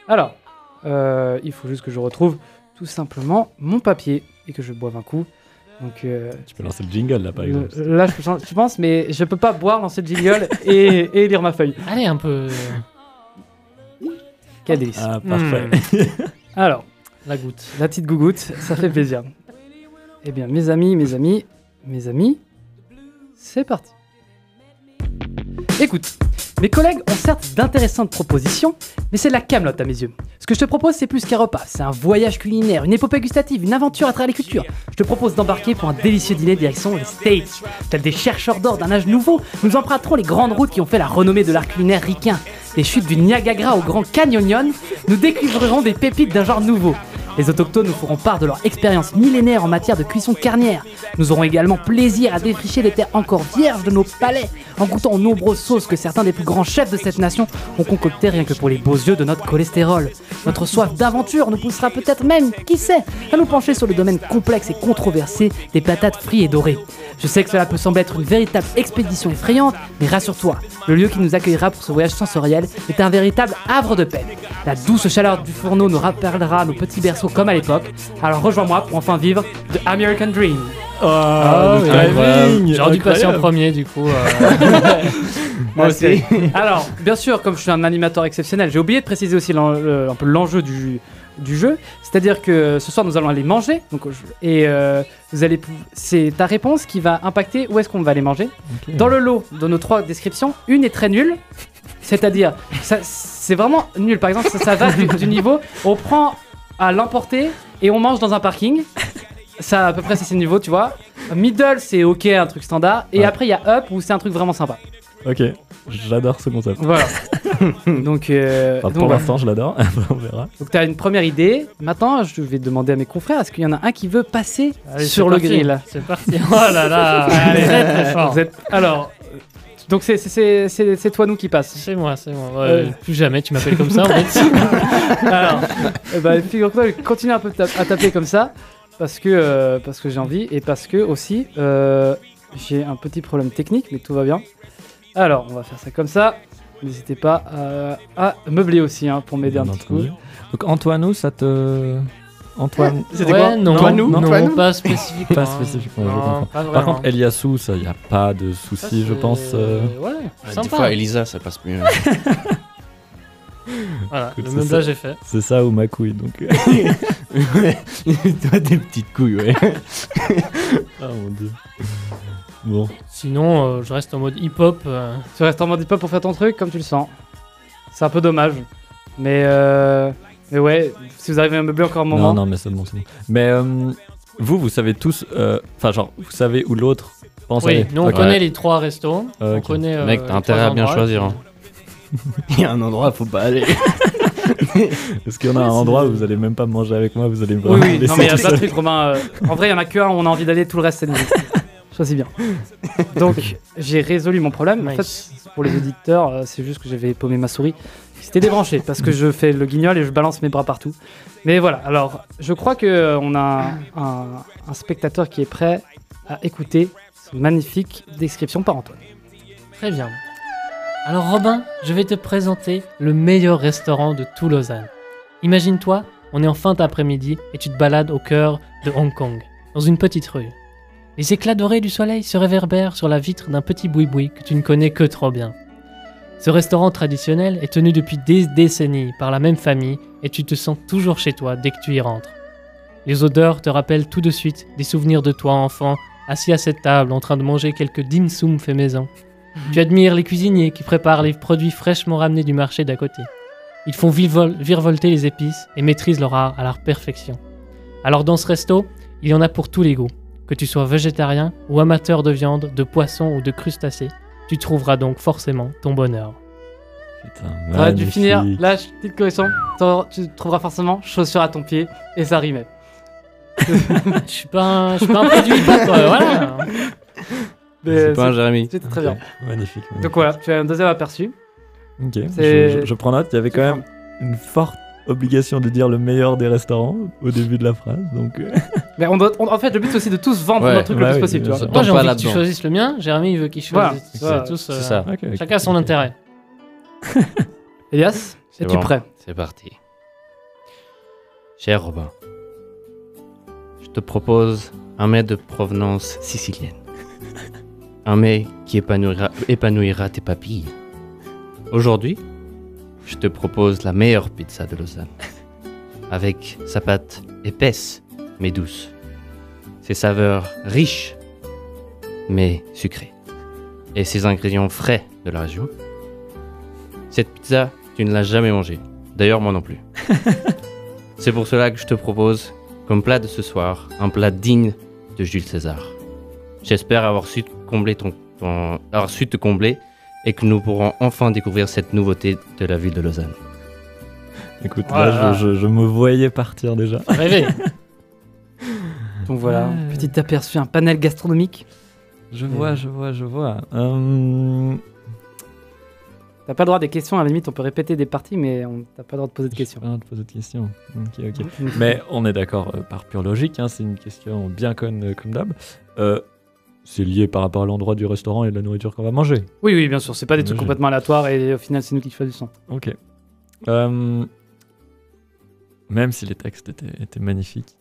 Alors, euh, il faut juste que je retrouve tout simplement mon papier et que je boive un coup. Donc, euh,
Tu peux lancer le jingle là, par
le-
exemple.
là, je, pense- je pense, mais je peux pas boire, lancer le jingle et, et lire ma feuille.
Allez, un peu euh,
Quel délice.
Ah,
Hmm.
parfait.
Alors,
la goutte.
la petite gougoute, ça fait plaisir. Eh bien, mes amis, mes amis, mes amis, c'est parti. Écoute, mes collègues ont certes d'intéressantes propositions, mais c'est de la camelote à mes yeux. Ce que je te propose, c'est plus qu'un repas, c'est un voyage culinaire, une épopée gustative, une aventure à travers les cultures. Je te propose d'embarquer pour un délicieux dîner direction les States. Tels des chercheurs d'or d'un âge nouveau, nous emprunterons les grandes routes qui ont fait la renommée de l'art culinaire ricain. Des chutes du Niagara au Grand Canyon, nous découvrirons des pépites d'un genre nouveau. Les autochtones nous feront part de leur expérience millénaire en matière de cuisson carnière. Nous aurons également plaisir à défricher les terres encore vierges de nos palais, en goûtant aux nombreuses sauces que certains des plus grands chefs de cette nation ont concoctées rien que pour les beaux yeux de notre cholestérol. Notre soif d'aventure nous poussera peut-être même, qui sait, à nous pencher sur le domaine complexe et controversé des patates frites et dorées. Je sais que cela peut sembler être une véritable expédition effrayante, mais rassure-toi, le lieu qui nous accueillera pour ce voyage sensoriel est un véritable havre de paix. La douce chaleur du fourneau nous rappellera nos petits berceaux comme à l'époque. Alors rejoins-moi pour enfin vivre The American Dream.
Ah,
oui,
timing
J'aurais dû passer en
incroyable.
premier, du coup. euh,
Moi aussi. Alors, bien sûr, comme je suis un animateur exceptionnel, j'ai oublié de préciser aussi l'en- le- un peu l'enjeu du, du jeu. C'est-à-dire que ce soir, nous allons aller manger. Donc, je- et euh, vous allez, pou- c'est ta réponse qui va impacter où est-ce qu'on va aller manger.
Ok.
Dans le lot de nos trois descriptions, une est très nulle. C'est-à-dire, ça- c'est vraiment nul. Par exemple, ça, ça va du, du niveau, on prend à l'emporter et on mange dans un parking. Ça, à peu près, c'est ces niveaux, tu vois. Middle, c'est ok, un truc standard. Et
Ouais.
après, il y a up où c'est un truc vraiment sympa.
Ok, j'adore ce concept.
Voilà. donc, euh, donc,
Enfin, pour
bah.
voilà.
l'instant, je l'adore. Après, on verra.
Donc, t'as une première idée. Maintenant, je vais demander à mes confrères est-ce qu'il y en a un qui veut passer
Allez, c'est
sur le
parti.
grill
C'est parti. Oh là là. Allez, très, très fort.
Vous êtes- Alors, euh, donc c'est- c'est- c'est c'est- c'est toi nous qui passe.
C'est moi, c'est moi. Ouais, Plus jamais tu m'appelles comme ça. En fait.
Alors, eh ben, figure-toi, je vais continuer un peu ta- à taper comme ça parce que, euh, parce que j'ai envie et parce que aussi euh, j'ai un petit problème technique, mais tout va bien. Alors, on va faire ça comme ça. N'hésitez pas euh, à, à meubler aussi hein, pour m'aider un
Bien
petit coup.
entendu. Donc, Antoinou, ça te. Antoine.
C'était ouais, non,
Toi, nous
non,
Toi, nous
pas spécifiquement.
Pas spécifiquement, je
Non,
comprends.
pas
Par
vraiment.
contre, Eliassou, ça, y a pas de
Ça,
souci, je
c'est-
pense. euh,
Ouais,
Des
sympa.
fois, Elisa, ça passe mieux.
Voilà,
Écoute,
le
c'est
meublage est fait.
C'est ça ou ma couille, donc. euh.
Toi, des petites couilles, ouais.
ah mon dieu. Bon.
Sinon, euh, je reste en mode hip-hop. euh,
Tu restes en mode pas pour faire ton truc comme tu le sens. C'est un peu dommage. Mais, euh, mais ouais, si vous arrivez à meubler encore un moment.
Non, non, mais c'est bon, c'est bon. Mais euh, vous, vous savez tous. euh, Enfin, genre, vous savez où l'autre pense
Oui,
aller.
nous on
Ok.
connaît les trois restos. On
Ok.
connaît. euh,
Mec,
les
t'as
trois
intérêt à bien
endroits,
choisir. hein. Il y a un endroit, faut pas aller.
Est-ce qu'il y en a un endroit où vous allez même pas manger avec moi Vous allez me
Oui, oui,
laisser
non, mais il y a
tout
plein de
seul
trucs, Romain. euh, en vrai, il y en a qu'un, on a envie d'aller, tout le reste, c'est nul. Choisis bien. Donc, j'ai résolu mon problème. En
Nice.
fait, pour les auditeurs, euh, c'est juste que j'avais paumé ma souris. C'était débranché parce que je fais le guignol et je balance mes bras partout. Mais voilà, alors, je crois que euh, on a un, un- un spectateur qui est prêt à écouter cette magnifique description par Antoine.
Très bien. Alors Robin, je vais te présenter le meilleur restaurant de tout Lausanne. Imagine-toi, on est en fin d'après-midi et tu te balades au cœur de Hong Kong, dans une petite rue. Les éclats dorés du soleil se réverbèrent sur la vitre d'un petit boui-boui que tu ne connais que trop bien. Ce restaurant traditionnel est tenu depuis des décennies par la même famille et tu te sens toujours chez toi dès que tu y rentres. Les odeurs te rappellent tout de suite des souvenirs de toi enfant, assis à cette table en train de manger quelques dim sum fait maison. Tu admires les cuisiniers qui préparent les produits fraîchement ramenés du marché d'à côté. Ils font vivol- virevolter les épices et maîtrisent leur art à leur perfection. Alors dans ce resto, il y en a pour tous les goûts. Que tu sois végétarien ou amateur de viande, de poisson ou de crustacés, tu trouveras donc forcément ton bonheur.
Putain,
T'aurais dû
magnifique.
finir, là, je- petite correction, t'auras- tu trouveras forcément chaussure à ton pied et ça rimait.
je suis pas un, je suis pas un produit, quoi, voilà.
C'est
Mais
pas un Jérémy.
C'était très bien.
Magnifique. magnifique.
Donc voilà, tu as un deuxième aperçu.
Ok,
C'est-
je, je- je prends note. Il y avait quand même une forte obligation de dire le meilleur des restaurants au début de la phrase. Donc, euh,
Mais on doit, on- en fait, le but c'est aussi de tous vendre
Ouais,
notre truc
bah
le plus
oui,
possible, tu
bien
vois.
sûr.
Moi j'ai
pas
envie que tu
là-dedans.
choisisses le mien, Jérémy il veut qu'il
Voilà,
choisisse.
voilà.
tous, euh,
C'est
Ah,
ça.
ok, ok,
Chacun a son
ok.
intérêt.
Elias,
C'est
es-tu
bon.
prêt
C'est parti. Cher Robin, je te propose un mets de provenance sicilienne. Un mets qui épanouira, épanouira tes papilles. Aujourd'hui, je te propose la meilleure pizza de Lausanne. Avec sa pâte épaisse mais douce. Ses saveurs riches mais sucrées. Et ses ingrédients frais de la région. Cette pizza, tu ne l'as jamais mangée. D'ailleurs, moi non plus. C'est pour cela que je te propose, comme plat de ce soir, un plat digne de Jules César. J'espère avoir su te combler ton, ton- avoir su te combler et que nous pourrons enfin découvrir cette nouveauté de la ville de Lausanne.
écoute, là,
Voilà.
je, je- je me voyais partir déjà.
Rêver.
Donc voilà, un petit aperçu, un panel gastronomique.
Je
vois,
je vois, je vois. Euh,
T'as pas le droit des questions, à la limite on peut répéter des parties, mais on t'as pas le droit de poser de questions.
Ah, te poser de questions. Ok, ok. Mais on est d'accord euh, par pure logique, hein, c'est une question bien conne euh, comme d'hab. Euh, c'est lié par rapport à l'endroit du restaurant et de la nourriture qu'on va manger.
Oui, oui, bien sûr, c'est pas des trucs
Imagine.
complètement aléatoires et au final c'est nous qui choisissons.
Ok. Euh, même si les textes étaient, étaient magnifiques,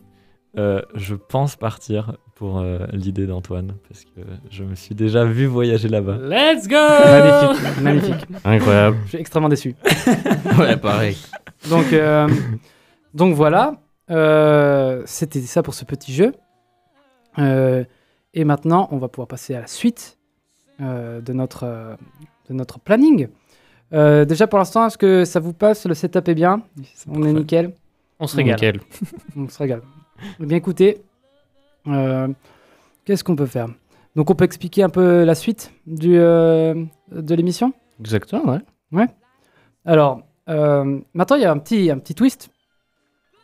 euh, je pense partir pour euh, l'idée d'Antoine, parce que je me suis déjà vu voyager
Euh,
là-bas.
Let's go
Magnifique, magnifique.
Incroyable.
Je suis extrêmement déçu.
ouais, pareil.
Donc, euh, donc voilà, euh, c'était ça pour ce petit jeu. Euh, et maintenant, on va pouvoir passer à la suite euh, de, notre, euh, de notre planning. Euh, déjà pour l'instant, est-ce que ça vous passe Le setup est bien.
C'est
On
parfait.
est nickel.
On se régale.
Nickel.
On se régale. Eh bien écoutez, euh, qu'est-ce qu'on peut faire Donc on peut expliquer un peu la suite du, euh, de l'émission
Exactement, ouais.
Alors, euh, maintenant, il y a un petit, un petit twist.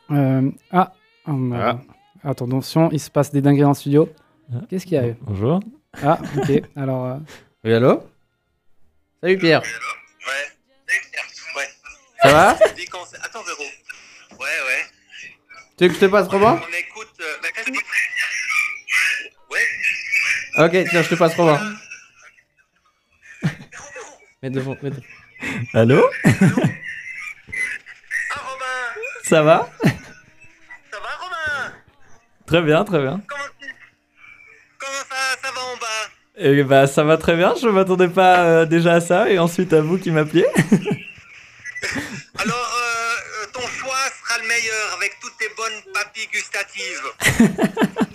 Euh, ah, hum, euh,
Ah.
Attends, attention, il se passe des dingueries dans le studio.
Ah.
Qu'est-ce qu'il y a eu
Bonjour.
Ah, ok. Alors, euh,
Oui, allô Salut Pierre. Ça va
Attends, Véro. Ouais, ouais.
Tu veux que je te passe Robin
On écoute. euh, bah, qu'est-ce que-
Ok, tiens, je te passe Robin. Mets devant, mets devant.
Allô
Ah, Robin
Ça va
Ça va, Robin
Très bien, très bien.
Comment, tu- Comment ça, ça va en bas
Et bah ça va très bien, je m'attendais pas euh, déjà à ça et ensuite à vous qui m'appeliez.
Alors, euh, euh, ton choix sera le meilleur avec toutes tes bonnes papilles gustatives.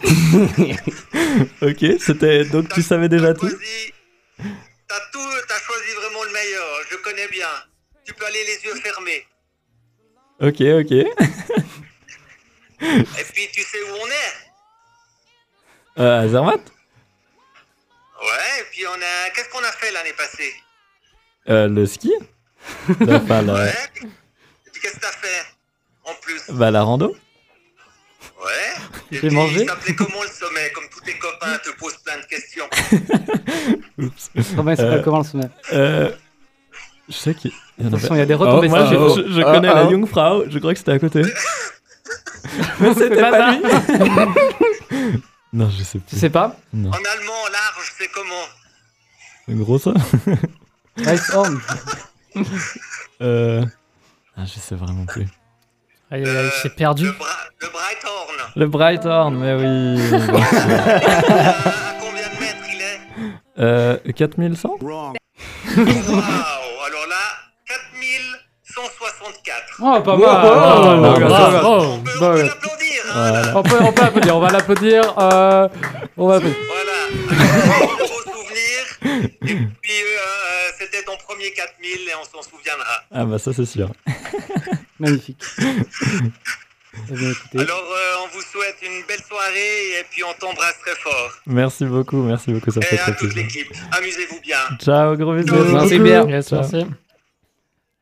Ok, c'était donc tu savais déjà tout.
choisi- T'as tout, t'as choisi vraiment le meilleur, je connais bien. Tu peux aller les yeux fermés.
Ok, ok.
Et puis tu sais où on est
Euh, Zermatt
Ouais, et puis on a. Qu'est-ce qu'on a fait l'année passée
Euh, le ski Bah, Enfin, la,
Ouais. Et puis qu'est-ce que t'as fait En plus
bah, la rando
Ouais. Et
J'ai
puis,
mangé.
Il s'appelait comment le sommet Comme tous tes copains te posent plein de questions.
Oups.
Robin, c'est
Euh,
pas comment le sommet
Euh, je sais qu'il y en a
Attention, il y a des
Oh,
retombées. sur
moi, je,
le vélo.
je- je connais
Ah, ah.
la Jungfrau, je crois que c'était à côté. Mais c'était pas, lui Non, je sais
Tu
plus.
sais pas
En allemand, large, c'est comment
C'est gros ça
Ice Horn.
euh... Ah, je sais vraiment plus.
Aïe, aïe, aïe, c'est perdu.
Le, bra... le Breithorn.
Le Brighthorn, mais oui
à, à combien de mètres il est
euh, 4100
Waouh Alors là, 4164.
Oh, pas
Wow.
mal.
Oh,
Bravo
On peut, on
Bah
peut
ouais.
l'applaudir, hein, là.
Voilà.
On peut, on peut l'applaudir, on va l'applaudir. euh, on va l'applaudir.
Voilà, un gros souvenir. Et puis, euh, euh, c'était ton premier 4000 et on s'en souviendra.
Ah bah ça c'est sûr.
Magnifique. Eh bien, écoutez,
Alors, euh, on vous souhaite une belle soirée et puis on t'embrasse très fort.
Merci beaucoup, merci beaucoup, ça me fait
Et à
très
toute
plaisir.
l'équipe, amusez-vous bien.
Ciao, gros bisous
Merci,
Coucou.
Pierre.
Yes, merci.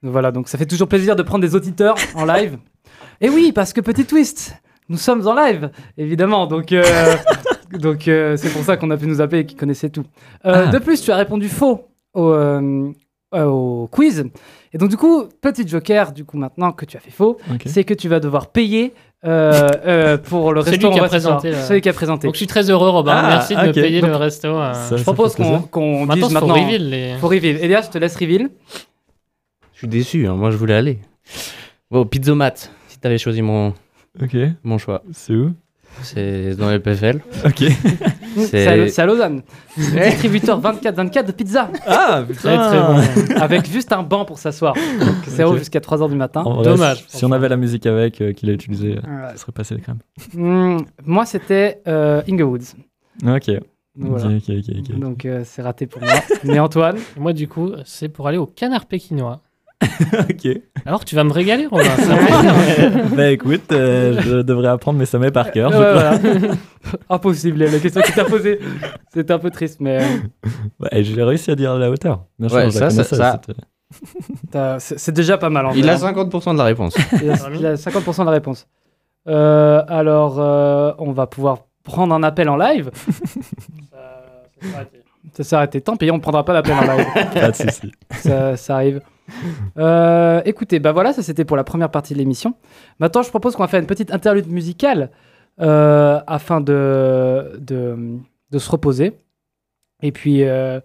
Voilà, donc ça fait toujours plaisir de prendre des auditeurs en live. Et oui, parce que petit twist, nous sommes en live, évidemment. Donc, euh, donc euh, c'est pour ça qu'on a pu nous appeler et qu'ils connaissaient tout. Euh,
Ah.
De plus, tu as répondu faux au, euh, euh, au quiz. Et donc, du coup, petit joker, du coup, maintenant que tu as fait faux,
Ok.
c'est que tu vas devoir payer euh, euh, pour le
Celui
restaurant.
qui a
on va te
présenté,
faire-
euh,
Celui qui a présenté.
Donc je suis très heureux, Robin.
Ah,
Merci de me
ok.
payer
Donc-
le resto. euh,
Ça-
Je
ça
propose
fait
qu'on
plaisir.
qu'on
Maintenant,
dise
faut
maintenant.
reveal les.
Faut reveal. Elias, je te laisse reveal.
Je suis déçu, hein, moi je voulais aller. Bon, Pizzomat, si t'avais choisi mon,
Ok,
mon choix.
c'est où
C'est dans le PFL.
Ok.
C'est à,
C'est
c'est à Lausanne. Distributeur 24-24 de pizza.
Ah,
Très très bon.
avec juste un banc pour s'asseoir. Donc c'est
Ok.
haut jusqu'à 3h du matin.
En vrai,
Dommage.
Si on avait la musique avec, euh, qu'il a utilisé, euh,
Ouais.
ça serait passé les crèmes.
Hmm, moi, c'était euh, Ingewoods.
Ok.
Donc, voilà.
Ok, ok, ok. ok.
Donc euh, c'est raté pour moi. Mais Antoine,
Et Moi, du coup, c'est pour aller au canard pékinois.
Ok.
Alors, tu vas me régaler, Robin. c'est un plaisir.
bah écoute, euh, je devrais apprendre mes sommets par cœur. je
ouais,
crois.
euh, voilà. impossible. La question qui t'a posée, c'était un peu triste, mais euh,
Ouais, et J'ai réussi à dire la hauteur. Bien
Ouais,
je
ça,
la
ça,
connaissais,
ça.
c'était-
t'as- c'est c'est déjà pas mal. En
Il
vrai,
a
hein.
50% de la réponse.
Il a- il a 50% de la réponse. Euh, alors, euh, on va pouvoir prendre un appel en live. Ça s'est arrêté. Tant pis, on prendra pas l'appel en live.
Pas de soucis.
ça, ça arrive. Euh, écoutez, bah voilà, ça c'était pour la première partie de l'émission. Maintenant, je propose qu'on va faire une petite interlude musicale euh, afin de, de, de se reposer. Et puis, euh,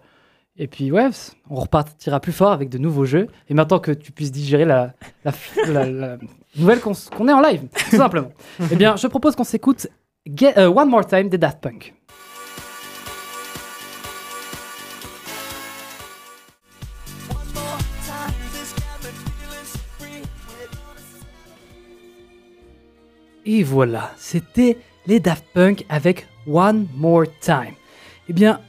et puis, ouais, on repartira plus fort avec de nouveaux jeux. Et maintenant que tu puisses digérer la, la, la- la nouvelle qu'on s- qu'on est en live, tout simplement. Eh bien, je propose qu'on s'écoute Get- euh, One More Time des Daft Punk. Et voilà, c'était les Daft Punk avec One More Time. Eh bien,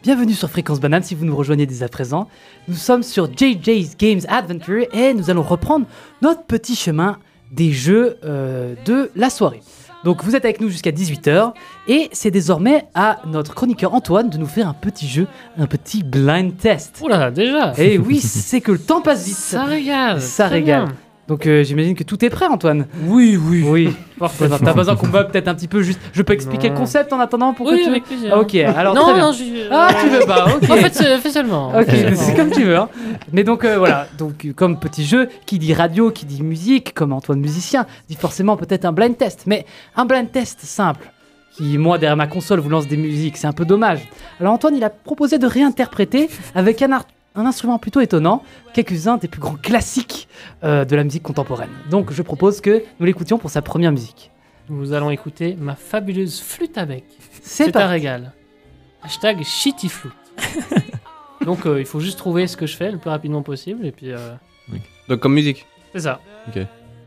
Bienvenue sur Fréquence Banane si vous nous rejoignez dès à présent. Nous sommes sur JJ's Games Adventure et nous allons reprendre notre petit chemin des jeux euh, de la soirée. Donc vous êtes avec nous jusqu'à 18h et c'est désormais à notre chroniqueur Antoine de nous faire un petit jeu, un petit blind test.
Oula, déjà
Et oui, c'est que le temps passe vite.
Ça régale
Ça
très
régale.
bien.
Donc euh, j'imagine que tout est prêt, Antoine.
Oui, oui.
Oui. Parfaitement. T'as besoin qu'on me peut-être un petit peu juste. Je peux expliquer le
Non.
concept en attendant pour que
Oui,
tu.
avec plaisir.
Ah, ok. Alors
non,
très bien.
non, je...
Ah, tu veux pas, ok.
En fait, c'est- fais seulement.
Ok, c'est
Fais seulement.
comme tu veux. hein. Mais donc euh, voilà, donc euh, comme petit jeu, qui dit radio, qui dit musique, comme Antoine musicien, dit forcément peut-être un blind test. Mais un blind test simple, qui moi derrière ma console vous lance des musiques, c'est un peu dommage. Alors Antoine, il a proposé de réinterpréter avec un, ar- un instrument plutôt étonnant quelques-uns des plus grands classiques euh, de la musique contemporaine. Donc je propose que nous l'écoutions pour sa première musique.
Nous allons écouter ma fabuleuse flûte à bec.
C'est
C'est un
parti.
régal. Hashtag shitty flûte. Donc euh, il faut juste trouver ce que je fais le plus rapidement possible et puis euh,
Donc comme musique.
c'est ça.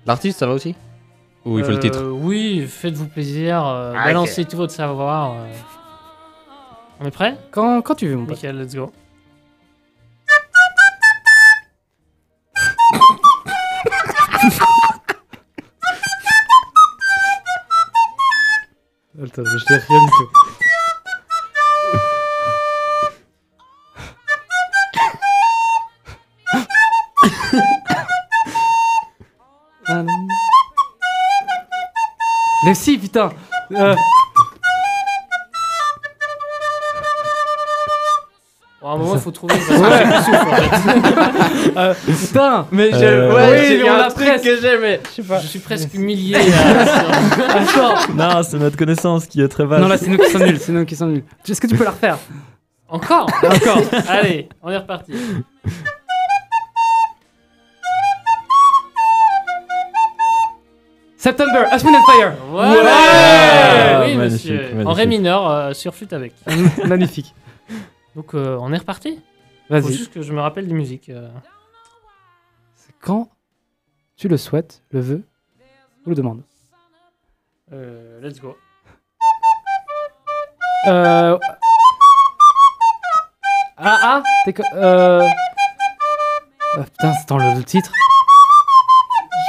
L'artiste, ça va aussi Ou il faut le
Euh,
titre
Oui, faites-vous plaisir, euh,
Ah, ok.
balancez tout votre savoir. euh. On est prêt
Quand, quand tu veux, mon pote.
Nickel, let's go.
Attends, je t'ai rien du tout.
Mais si, putain Euh,
Bon, à un moment, il faut trouver. parce que j'ai plus de souffle, en fait.
Euh, Putain
Mais
je- Euh, ouais,
oui, mais on l'a presque.
Je suis presque humilié. euh, sur-
Non, c'est notre connaissance qui est très vaste.
Non, là, c'est nous qui sommes nuls, c'est nous qui sommes nuls. Est-ce que tu peux la refaire
Encore Encore Allez, on est reparti.
September, Aspen and Fire
Voilà Oui,
Magnifique,
monsieur. En
magnifique.
ré mineur, euh, sur flûte avec.
Magnifique.
Donc, euh, on est reparti Faut
Vas-y.
juste que je me rappelle des musiques. euh.
Quand tu le souhaites, le veux ou le demande.
Euh, let's go.
Euh. Ah ah T'es co- Euh. Ah, putain, c'est dans le, le titre.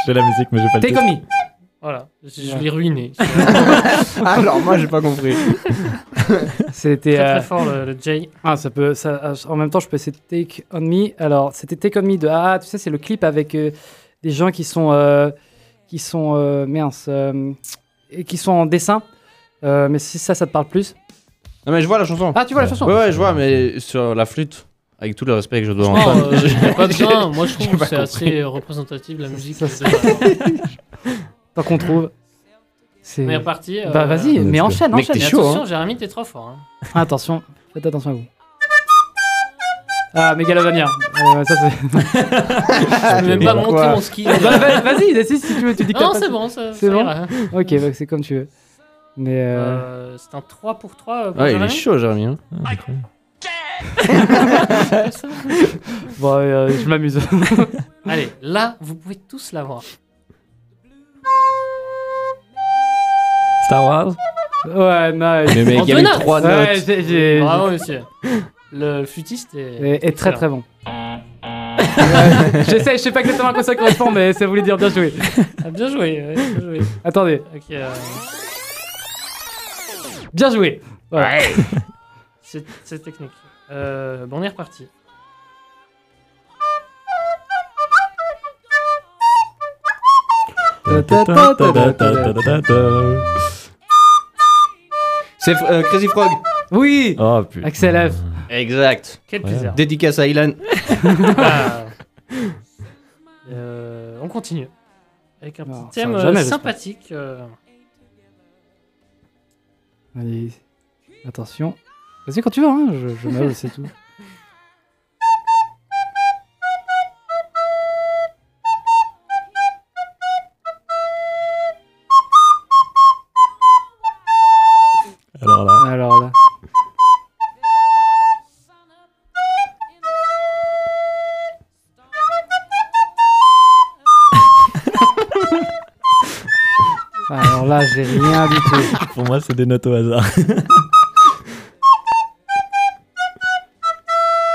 J'ai la musique, mais j'ai pas le
T'es
titre.
commis.
Voilà, je, je l'ai ruiné.
Alors moi, j'ai pas compris.
C'était.
Très très
euh,
fort le, le J.
Ah, ça peut. Ça, ah, en même temps, je peux essayer de Take On Me. Alors, c'était Take On Me de. Ah, tu sais, c'est le clip avec euh, des gens qui sont. euh, qui sont. euh, mince. euh, et qui sont en dessin. Euh, mais si ça, ça te parle plus.
Euh, Non mais je vois la chanson.
Ah, tu vois la chanson
Ouais, ouais, je vois, mais sur la flûte, avec tout le respect que je dois
Non,
en
euh, j'ai pas besoin. Moi je
j'ai
trouve que
pas
c'est
compris.
assez euh, représentatif de la musique.
Tant qu'on trouve. C'est.
on est reparti. euh,
Bah, vas-y, mais enchaîne,
Mec,
enchaîne.
t'es
Mais
chaud,
attention,
hein.
Jérémy, t'es trop fort. hein.
Ah, Attention, faites attention à vous. Ah, Megalovania. Euh, ça, c'est-
Je
Ah,
peux même pas monter mon ski.
Bah, va- Vas-y, vas si tu veux, tu dis que
Non,
t'as
c'est
pas-
bon, ça,
C'est
ça
bon
ira. hein.
Ok, bah, c'est comme tu veux. Mais. euh,
Euh, c'est un 3 pour 3 euh, pour
Ouais, il est
Jérémy
chaud, Jérémy. hein.
Bon, euh, je m'amuse.
Allez, là, vous pouvez tous l'avoir.
Star Wars
ouais, nice.
Mais mec, il y a eu
Antonin
trois
Ouais,
notes.
j'ai- j'ai-
Bravo, monsieur. Le flûtiste est,
Et, et très
excellent.
très bon. Ouais, J'essaie, je sais pas exactement à quoi ça correspond, mais ça voulait dire bien joué.
Ah, bien joué, ouais, bien joué.
Attendez,
Ok, euh,
bien joué. Voilà.
c'est c'est technique. Euh, bon, on est reparti.
C'est euh, Crazy Frog.
Oui,
Oh putain.
Axel F.
Exact.
Quel
Ouais.
plaisir.
Dédicace à Ilan.
Ah. Euh, on continue. Avec un petit
Non, ça
thème
va jamais,
euh,
j'espère.
sympathique. euh,
Oh.
Allez, attention. Vas-y quand tu veux, hein, je, je meuble, c'est tout.
Alors là.
Alors là. Alors là, j'ai rien du tout.
Pour moi, c'est des notes au hasard.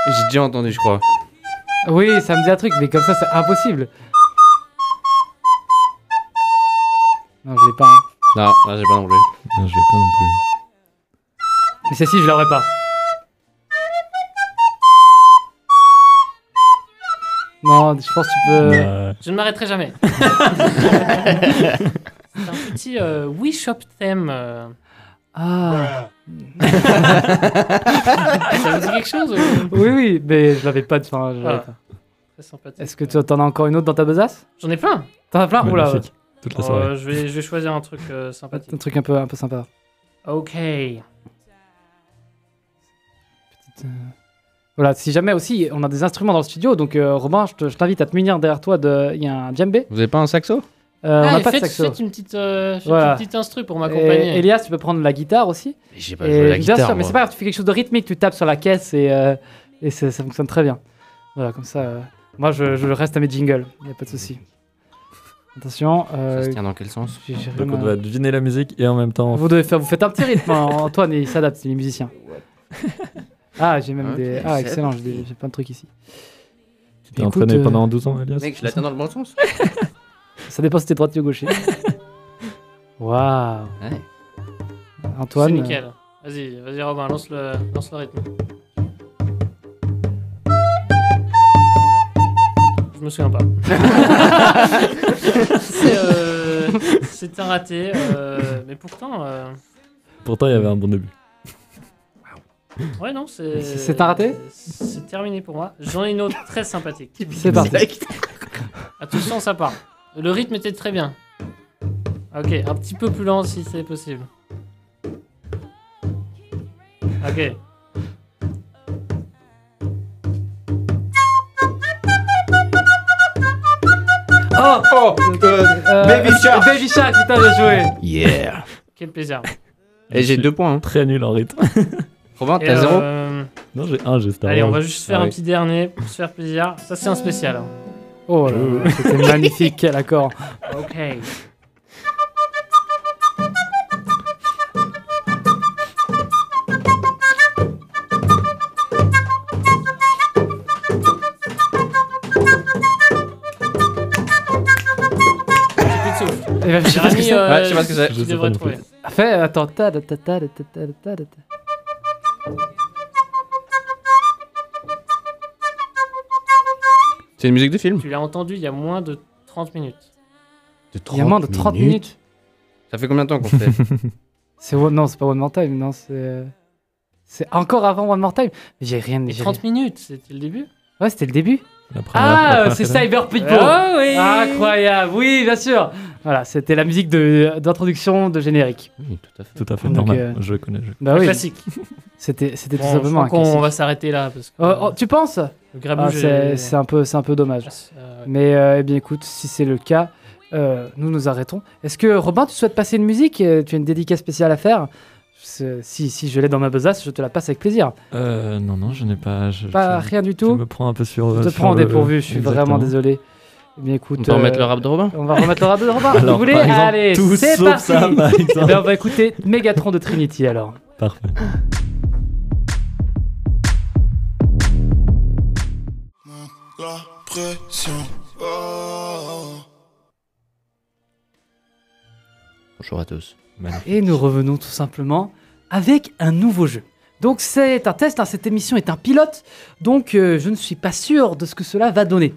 J'ai déjà entendu, je crois.
Oui, ça me dit un truc, mais comme ça, c'est impossible. Non, je l'ai pas. hein.
Non, là, j'ai pas non plus.
Non, je l'ai pas non plus.
Mais celle-ci, je l'aurais pas. Non, je pense que tu peux.
Euh,
Je ne m'arrêterai jamais. C'est un petit euh, We Shop Theme. euh,
Ah
Ça vous dit quelque chose ou-
Oui, oui, mais je l'avais pas. enfin, je l'avais
Ah,
pas.
Très sympathique. euh
Est-ce que tu en as encore une autre dans ta besace
J'en ai plein.
T'en as plein ah, Oula,
magnifique. Toute la
Oh,
soirée.
je, vais, je vais choisir un truc euh, sympathique.
un truc un peu, un peu sympa.
Ok.
Euh, Voilà, si jamais aussi, on a des instruments dans le studio, donc euh, Robin, je te- je t'invite à te munir derrière toi. de- Il y a un djembé.
Vous avez pas un
Euh,
saxo
on
Ah,
n'a pas de
faites,
saxo.
faites une petite, euh, faites
Voilà.
une petite instru pour
Et
m'accompagner.
Elias, tu peux prendre la guitare aussi.
J'ai
Et
pas joué à Bah, la
Eh, bien
guitare.
sûr, mais
moi.
c'est pas grave, tu fais quelque chose de rythmique, tu tapes sur la caisse et, euh, et ça, ça fonctionne très bien. Voilà, comme ça. euh, moi, je, je reste à mes jingles, y a pas de souci. Attention. euh,
Ça se tient dans quel sens
j'ai- j'ai
Donc
rien
on
à-
doit deviner la musique et en même temps.
Oh, Vous devez faire, vous faites un petit rythme. hein. Antoine, il s'adapte, il est musicien. Ah, j'ai même
Ok,
des. Ah,
c'est
excellent, j'ai des- j'ai plein de trucs ici.
Tu t'es
Écoute,
entraîné
euh,
pendant 12 ans, Elias
Mec, je la tiens dans le bon sens.
Ça dépend si t'es droitier ou gaucher. Waouh.
Ouais.
C'est
Antoine. euh,
nickel. Vas-y, vas-y Robin, lance le, lance le rythme. Je me souviens pas. C'est euh, c'est un raté, euh, mais pourtant. euh,
Pourtant, il y avait un bon début.
ouais, non, c'est.
C'est un raté
C'est terminé pour moi. J'en ai une autre très sympathique.
C'est parti.
À tout sens à part. Le rythme était très bien. Ok, un petit peu plus lent si c'est possible. Ok.
Oh, Euh,
Baby Shark.
Baby Shark, putain, bien joué.
Yeah.
Quel plaisir.
Et j'ai
Je suis
deux points. hein.
Très nul en rythme.
Robin,
Et,
t'as zéro
euh,
Non, j'ai un, j'ai Star
Allez, on
Wars.
va juste faire
Ah
un
oui.
petit dernier pour se faire plaisir. Ça, c'est un spécial. hein.
Oh là là, c'était magnifique, quel accord.
Ok.
Eh ben, je sais pas ce que
Jérémy,
c'est.
euh,
Ouais, je sais pas ce que c'est.
Je
Tu
sais
devrais
pas non plus.
trouver.
Fais, attends, ta ta ta ta ta ta ta ta ta ta.
C'est une musique de film.
Tu l'as entendu il y a moins de 30 minutes.
Il y a moins de 30 minutes.
Ça fait combien de temps qu'on fait
C'est One- non, c'est pas One More Time, non, c'est euh, c'est encore avant One More Time. Mais J'ai rien.
Et
j'ai
30 minutes, c'était le début
rien. Ouais, c'était le début.
La première- la
Ah,
première
euh, c'est
finale.
Cyber People.
Ah oui
Incroyable, oui, bien sûr. Voilà, c'était la musique de d'introduction de générique.
Oui, tout à fait.
Tout à fait
Donc,
normal.
euh,
Je connais. Je...
Bah
Un
oui,
Classique.
c'était c'était tout
Bon, je
simplement
crois
un
qu'on
classique.
va s'arrêter là parce que euh,
Oh, oh, tu penses
le
Ah,
grabuge
C'est
est-
c'est un peu c'est un peu dommage.
Euh, ouais.
Mais euh, eh bien écoute, si c'est le cas, euh, nous nous arrêtons. Est-ce que Robin, tu souhaites passer une musique Euh, Tu as une dédicace spéciale à faire C'est- si, si je l'ai dans ma besace, je te la passe avec plaisir.
Euh, non, non, je n'ai pas. Je,
Pas
tu-
rien du
tu
tout.
me prends un peu sur.
Je te
sur
prends au
le-
dépourvu, je suis vraiment
Exactement.
désolé. Eh bien écoute,
On peut remettre
euh,
le rap de Robin
on va remettre le rap de Robin. Vous
Alors,
voulez
par exemple,
Allez,
tout
c'est
sauf
parti
ça, par exemple.
Ben, On va écouter Megatron de Trinity alors.
Parfait.
La pression. Oh.
Bonjour à tous.
Et nous revenons tout simplement avec un nouveau jeu. Donc c'est un test, hein, cette émission est un pilote, donc euh, je ne suis pas sûr de ce que cela va donner.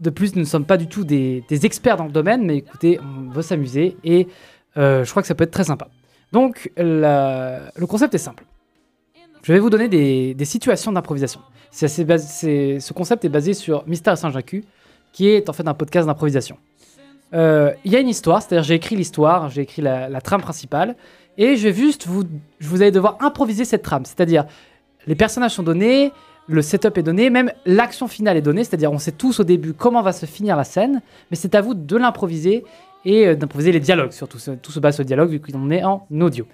De plus, nous ne sommes pas du tout des, des experts dans le domaine, mais écoutez, on veut s'amuser et euh, je crois que ça peut être très sympa. Donc la- le concept est simple. Je vais vous donner des, des situations d'improvisation. C'est assez bas- c'est- ce concept est basé sur Mystère à Saint-Jacques, qui est en fait un podcast d'improvisation. Euh, Il y a une histoire, c'est-à-dire j'ai écrit l'histoire, j'ai écrit la, la trame principale, et je vais juste vous, je vous allez devoir improviser cette trame, c'est-à-dire les personnages sont donnés, le setup est donné, même l'action finale est donnée, c'est-à-dire on sait tous au début comment va se finir la scène, mais c'est à vous de l'improviser et euh, d'improviser les dialogues, surtout ce- tout se base sur le dialogue vu qu'on est en audio.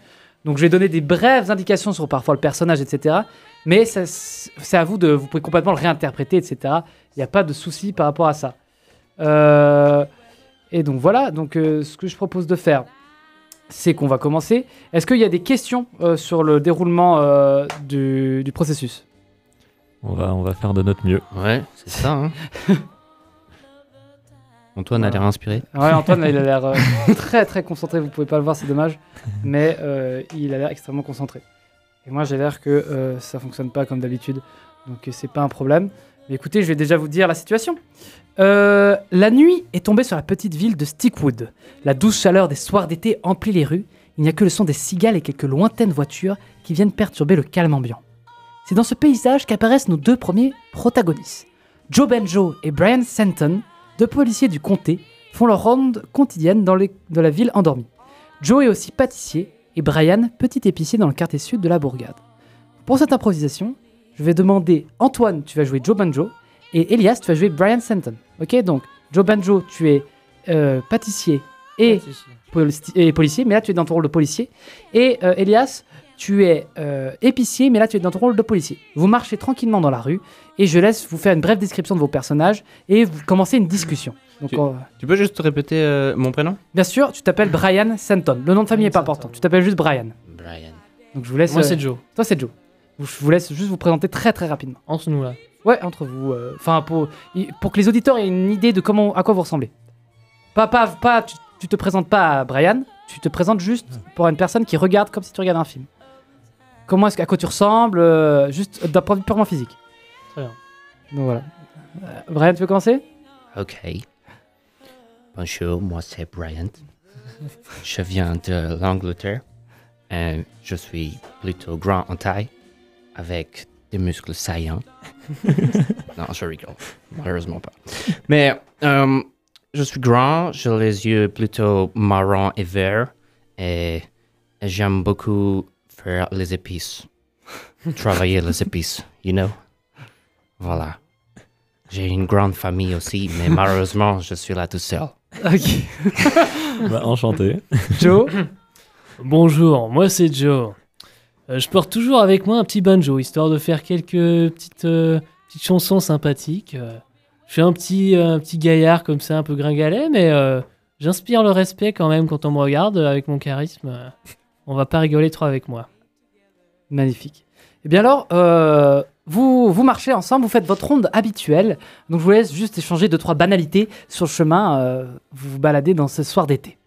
Donc je vais donner des brèves indications sur parfois le personnage, etc. Mais ça, c'est à vous de, vous pouvez complètement le réinterpréter, etc. Il n'y a pas de souci par rapport à ça. Euh, et donc voilà, donc euh, ce que je propose de faire, c'est qu'on va commencer. Est-ce qu'il y a des questions euh, sur le déroulement euh, du, du processus
On va, on va faire de notre mieux.
Ouais, c'est ça. hein. Antoine a l'air inspiré.
Ah Ouais, Antoine, là, il a l'air euh, très très concentré. Vous pouvez pas le voir, c'est dommage. Mais euh, il a l'air extrêmement concentré. Et moi, j'ai l'air que euh, ça fonctionne pas comme d'habitude. Donc, euh, c'est pas un problème. Mais écoutez, je vais déjà vous dire la situation. Euh, la nuit est tombée sur la petite ville de Stickwood. La douce chaleur des soirs d'été emplit les rues. Il n'y a que le son des cigales et quelques lointaines voitures qui viennent perturber le calme ambiant. C'est dans ce paysage qu'apparaissent nos deux premiers protagonistes. Joe Benjo et Brian Santon, deux policiers du comté, font leur ronde quotidienne dans, les- dans la ville endormie. Joe est aussi pâtissier et Brian, petit épicier dans le quartier sud de la bourgade. Pour cette improvisation, je vais demander Antoine, tu vas jouer Joe Banjo, et Elias, tu vas jouer Brian Santon. Ok, donc Joe Banjo, tu es euh, pâtissier et, polici- et policier, mais là tu es dans ton rôle de policier. Et euh, Elias, tu es euh, épicier, mais là tu es dans ton rôle de policier. Vous marchez tranquillement dans la rue, et je laisse vous faire une brève description de vos personnages, et vous commencez une discussion. Donc,
Tu,
on-
tu peux juste répéter euh, mon prénom
Bien sûr, tu t'appelles Brian Santon. Le nom de famille n'est pas important, tu t'appelles juste Brian.
Brian.
Donc je vous laisse. euh,
Moi, c'est Joe.
Toi c'est Joe. Vous- Je vous laisse juste vous présenter très très rapidement.
Entre nous là.
Ouais, entre vous. euh, Enfin pour i- pour que les auditeurs aient une idée de comment à quoi vous ressemblez. Pas pas pas. Tu, tu te présentes pas à Brian. Tu te présentes juste pour une personne qui regarde comme si tu regardais un film. Comment est-ce à quoi tu ressembles euh, Juste d'un point de vue purement physique.
Très bien.
Donc voilà. Euh, Brian, tu veux commencer
Ok. Bonjour, moi c'est Bryant. Je viens de l'Angleterre. Euh, je suis plutôt grand en taille, avec des muscles saillants. non, je rigole. Malheureusement pas. Mais euh, je suis grand, j'ai les yeux plutôt marrons et verts, et j'aime beaucoup faire les épices. Travailler les épices, you know? Voilà. J'ai une grande famille aussi, mais malheureusement, je suis là tout seul.
Bah, enchanté.
Joe
Bonjour, moi c'est Joe. Euh, je porte toujours avec moi un petit banjo, histoire de faire quelques petites, euh, petites chansons sympathiques. Euh, je suis un petit, euh, un petit gaillard comme ça, un peu gringalet, mais euh, j'inspire le respect quand même quand on me regarde euh, avec mon charisme. euh, on va pas rigoler trop avec moi.
Magnifique. Eh bien alors, euh, vous, vous marchez ensemble, vous faites votre ronde habituelle. Donc je vous laisse juste échanger deux, trois banalités sur le chemin. euh, vous vous baladez dans ce soir d'été.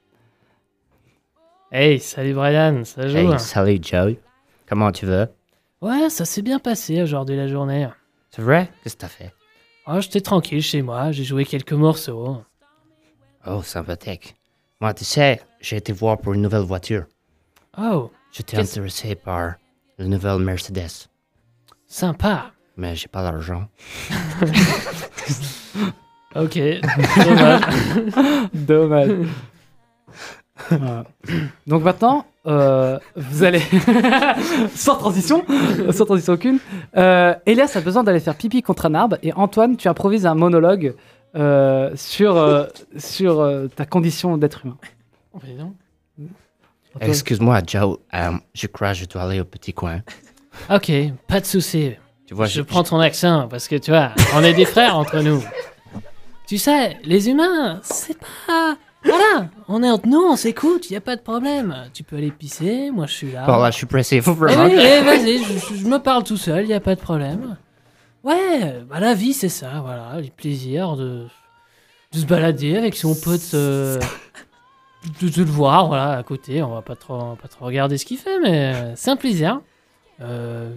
Hey, salut Brian, ça joue hein.
salut Joe. Comment tu vas?
Ouais, ça s'est bien passé aujourd'hui la journée.
C'est vrai? Qu'est-ce que t'as fait?
Oh, J'étais tranquille chez moi, j'ai joué quelques morceaux.
Oh, sympathique. Moi, tu sais, j'ai été voir pour une nouvelle voiture.
Oh,
J'étais
Qu'est-ce-
intéressé par la nouvelle Mercedes,
sympa.
mais j'ai pas l'argent.
Ok, dommage.
Dommage. Voilà. Donc maintenant, euh, vous allez... sans transition, sans transition aucune. Euh, Elias a besoin d'aller faire pipi contre un arbre et Antoine, tu improvises un monologue euh, sur, euh, sur euh, ta condition d'être humain.
Oh, mais non.
Antoine-
Excuse-moi, Joe, euh, je crois que je dois aller au petit coin.
Ok, pas de souci.
Tu vois,
je prends ton accent parce que tu vois, on est des frères entre nous. Tu sais, les humains, c'est pas. Voilà, on est entre nous, on s'écoute, y a pas de problème. Tu peux aller pisser, moi je suis là.
Bon, là, je suis pressé. Faut
Eh
vraiment.
oui, eh, vas-y, je, je- je me parle tout seul, y a pas de problème. Ouais, bah la vie c'est ça, voilà, les plaisirs de, de se balader avec son pote, euh, de, de le voir, voilà, à côté. On va pas trop, on va pas trop regarder ce qu'il fait, mais euh, c'est un plaisir. Euh,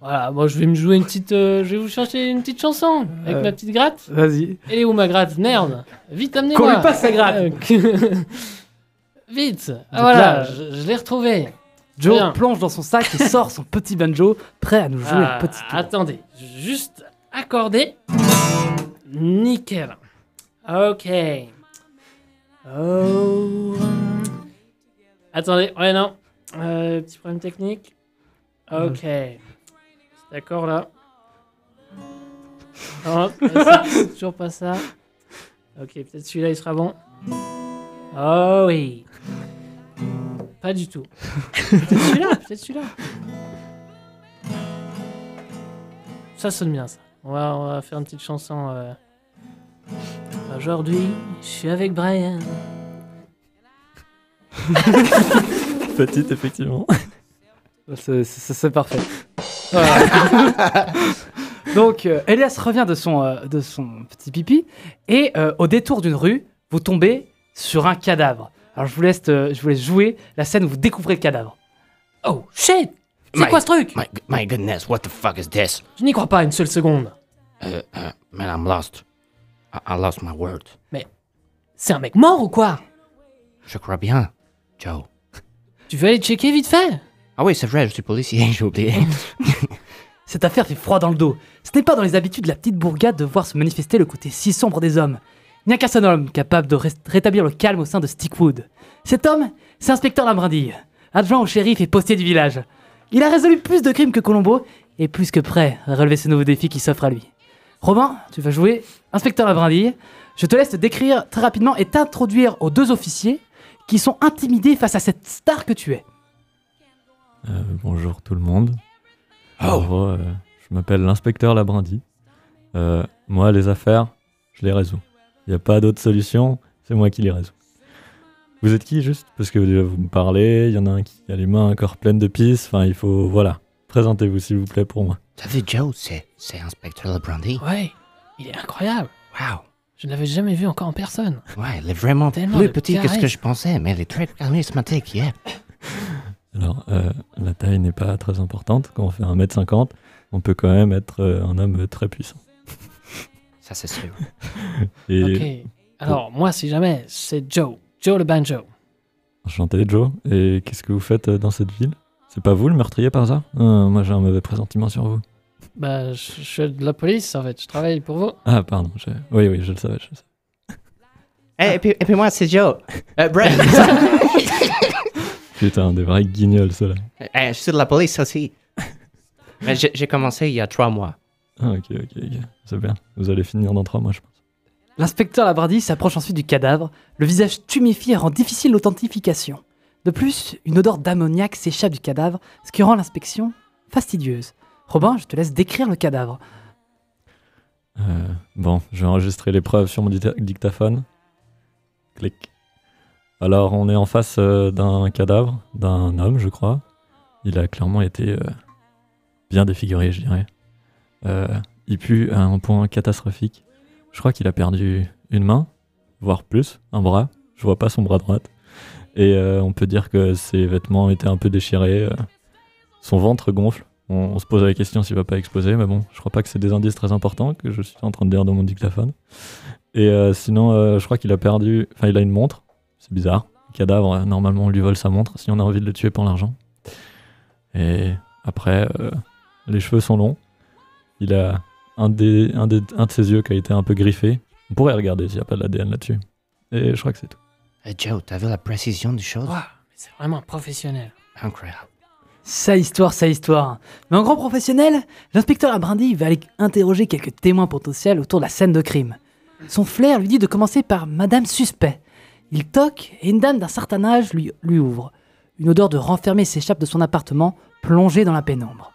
voilà, moi je vais me jouer une petite, euh, je vais vous chercher une petite chanson avec
Euh.
ma petite gratte.
Vas-y.
Elle est où ma gratte Merde, vite amenez-moi.
Qu'on lui passe sa gratte.
Euh, Vite, Ah,
Donc
voilà,
là,
je, je l'ai retrouvée.
Joe
Bien.
plonge dans son sac et sort son petit banjo, prêt à nous jouer
Ah,
un petit tour.
Attendez, juste accordé. Nickel. Ok. Oh. Attendez, ouais, non. Euh, petit problème technique. Ok. Cet accord là. Non, c'est toujours pas ça. Ok, peut-être celui-là il sera bon. Oh oui. Pas du tout. peut-être celui-là, peut-être celui-là. Ça sonne bien ça. On va, on va faire une petite chanson. euh. Aujourd'hui, je suis avec Brian.
Petite,
Ah,
effectivement.
C'est- C'est c'est- c'est parfait.
Donc, euh, Elias revient de son, euh, de son petit pipi et euh, au détour d'une rue, vous tombez sur un cadavre. Alors, je vous laisse, euh, je vous laisse jouer la scène où vous découvrez le cadavre.
Oh, shit C'est
My-
quoi ce truc
My, my goodness, what the fuck is this?
Je n'y crois pas une seule seconde.
Uh, uh, man, I'm lost. I, I lost my word.
C'est un mec mort ou quoi
Je crois bien. Ciao.
Tu veux aller checker vite fait
Ah oui, c'est vrai, je suis policier, j'ai oublié.
Cette affaire fait froid dans le dos. Ce n'est pas dans les habitudes de la petite bourgade de voir se manifester le côté si sombre des hommes. Il n'y a qu'un seul homme capable de rest- rétablir le calme au sein de Stickwood. Cet homme, c'est Inspecteur Labrindille, adjoint au shérif et postier du village. Il a résolu plus de crimes que Colombo et plus que prêt à relever ce nouveau défi qui s'offre à lui. Robin, tu vas jouer Inspecteur Labrindille. Je te laisse te décrire très rapidement et t'introduire aux deux officiers qui sont intimidés face à cette star que tu es.
Euh, bonjour tout le monde.
Oh.
En gros, euh, je m'appelle l'inspecteur Labrindi. Euh, moi, les affaires, je les résous. Il n'y a pas d'autre solution, c'est moi qui les résous. Vous êtes qui juste Parce que déjà vous me parlez, il y en a un qui a les mains encore pleines de pisse, enfin il faut... Voilà, présentez-vous s'il vous plaît pour moi.
T'as vu Joe, c'est, c'est inspecteur Lebrandi?
Ouais, il est incroyable.
Wow.
Je ne l'avais jamais vu encore en personne.
Ouais, il est vraiment
Tellement
plus
de
petit que ce que
charisme.
je pensais, mais il est très charismatique, yeah.
Alors, euh, la taille n'est pas très importante, quand on fait 1m50, on peut quand même être euh, un homme très puissant.
Ça, c'est sûr.
Et
Ok. Alors, moi, si jamais, c'est Joe. Joe le banjo.
Enchanté Joe, et qu'est-ce que vous faites euh, dans cette ville C'est pas vous le meurtrier par hasard Euh, Moi j'ai un mauvais pressentiment sur vous.
Bah, je, je suis de la police, en fait. Je travaille pour vous.
Ah, pardon. je- Oui, oui, je le savais. Je le savais.
Eh, et, puis, et puis moi, c'est Joe. Euh, Brad.
Putain, des vrais guignols, ceux-là.
Eh, je suis de la police aussi. Mais j'ai, j'ai commencé il y a trois mois.
Ah, ok, ok, ok. C'est bien. Vous allez finir dans trois mois, je pense.
L'inspecteur Labradi s'approche ensuite du cadavre, le visage tuméfié rend difficile l'authentification. De plus, une odeur d'ammoniac s'échappe du cadavre, ce qui rend l'inspection fastidieuse. Robin, je te laisse décrire le cadavre.
Euh, bon, je vais enregistrer les preuves sur mon dicta- dictaphone. Clic. Alors, on est en face euh, d'un cadavre, d'un homme, je crois. Il a clairement été euh, bien défiguré, je dirais. Euh, il pue à un point catastrophique. Je crois qu'il a perdu une main, voire plus, un bras. Je vois pas son bras droit. Et euh, on peut dire que ses vêtements étaient un peu déchirés. euh, son ventre gonfle. On, on se pose la question s'il va pas exploser, mais bon, je crois pas que c'est des indices très importants que je suis en train de dire dans mon dictaphone. Et euh, sinon, euh, je crois qu'il a perdu. Enfin, il a une montre. C'est bizarre. Le cadavre, euh, normalement, on lui vole sa montre si on a envie de le tuer pour l'argent. Et après, euh, les cheveux sont longs. Il a un, des, un, des- un de ses yeux qui a été un peu griffé. On pourrait regarder s'il n'y a pas de l'ADN là-dessus. Et je crois que c'est tout.
Eh, Joe, t'as vu la précision des choses?
Waouh, mais c'est vraiment professionnel.
Incroyable.
Sa histoire, sa histoire. Mais en grand professionnel, l'inspecteur Labrindi va aller interroger quelques témoins potentiels autour de la scène de crime. Son flair lui dit de commencer par Madame Suspect. Il toque et une dame d'un certain âge lui, lui ouvre. Une odeur de renfermé s'échappe de son appartement, plongé dans la pénombre.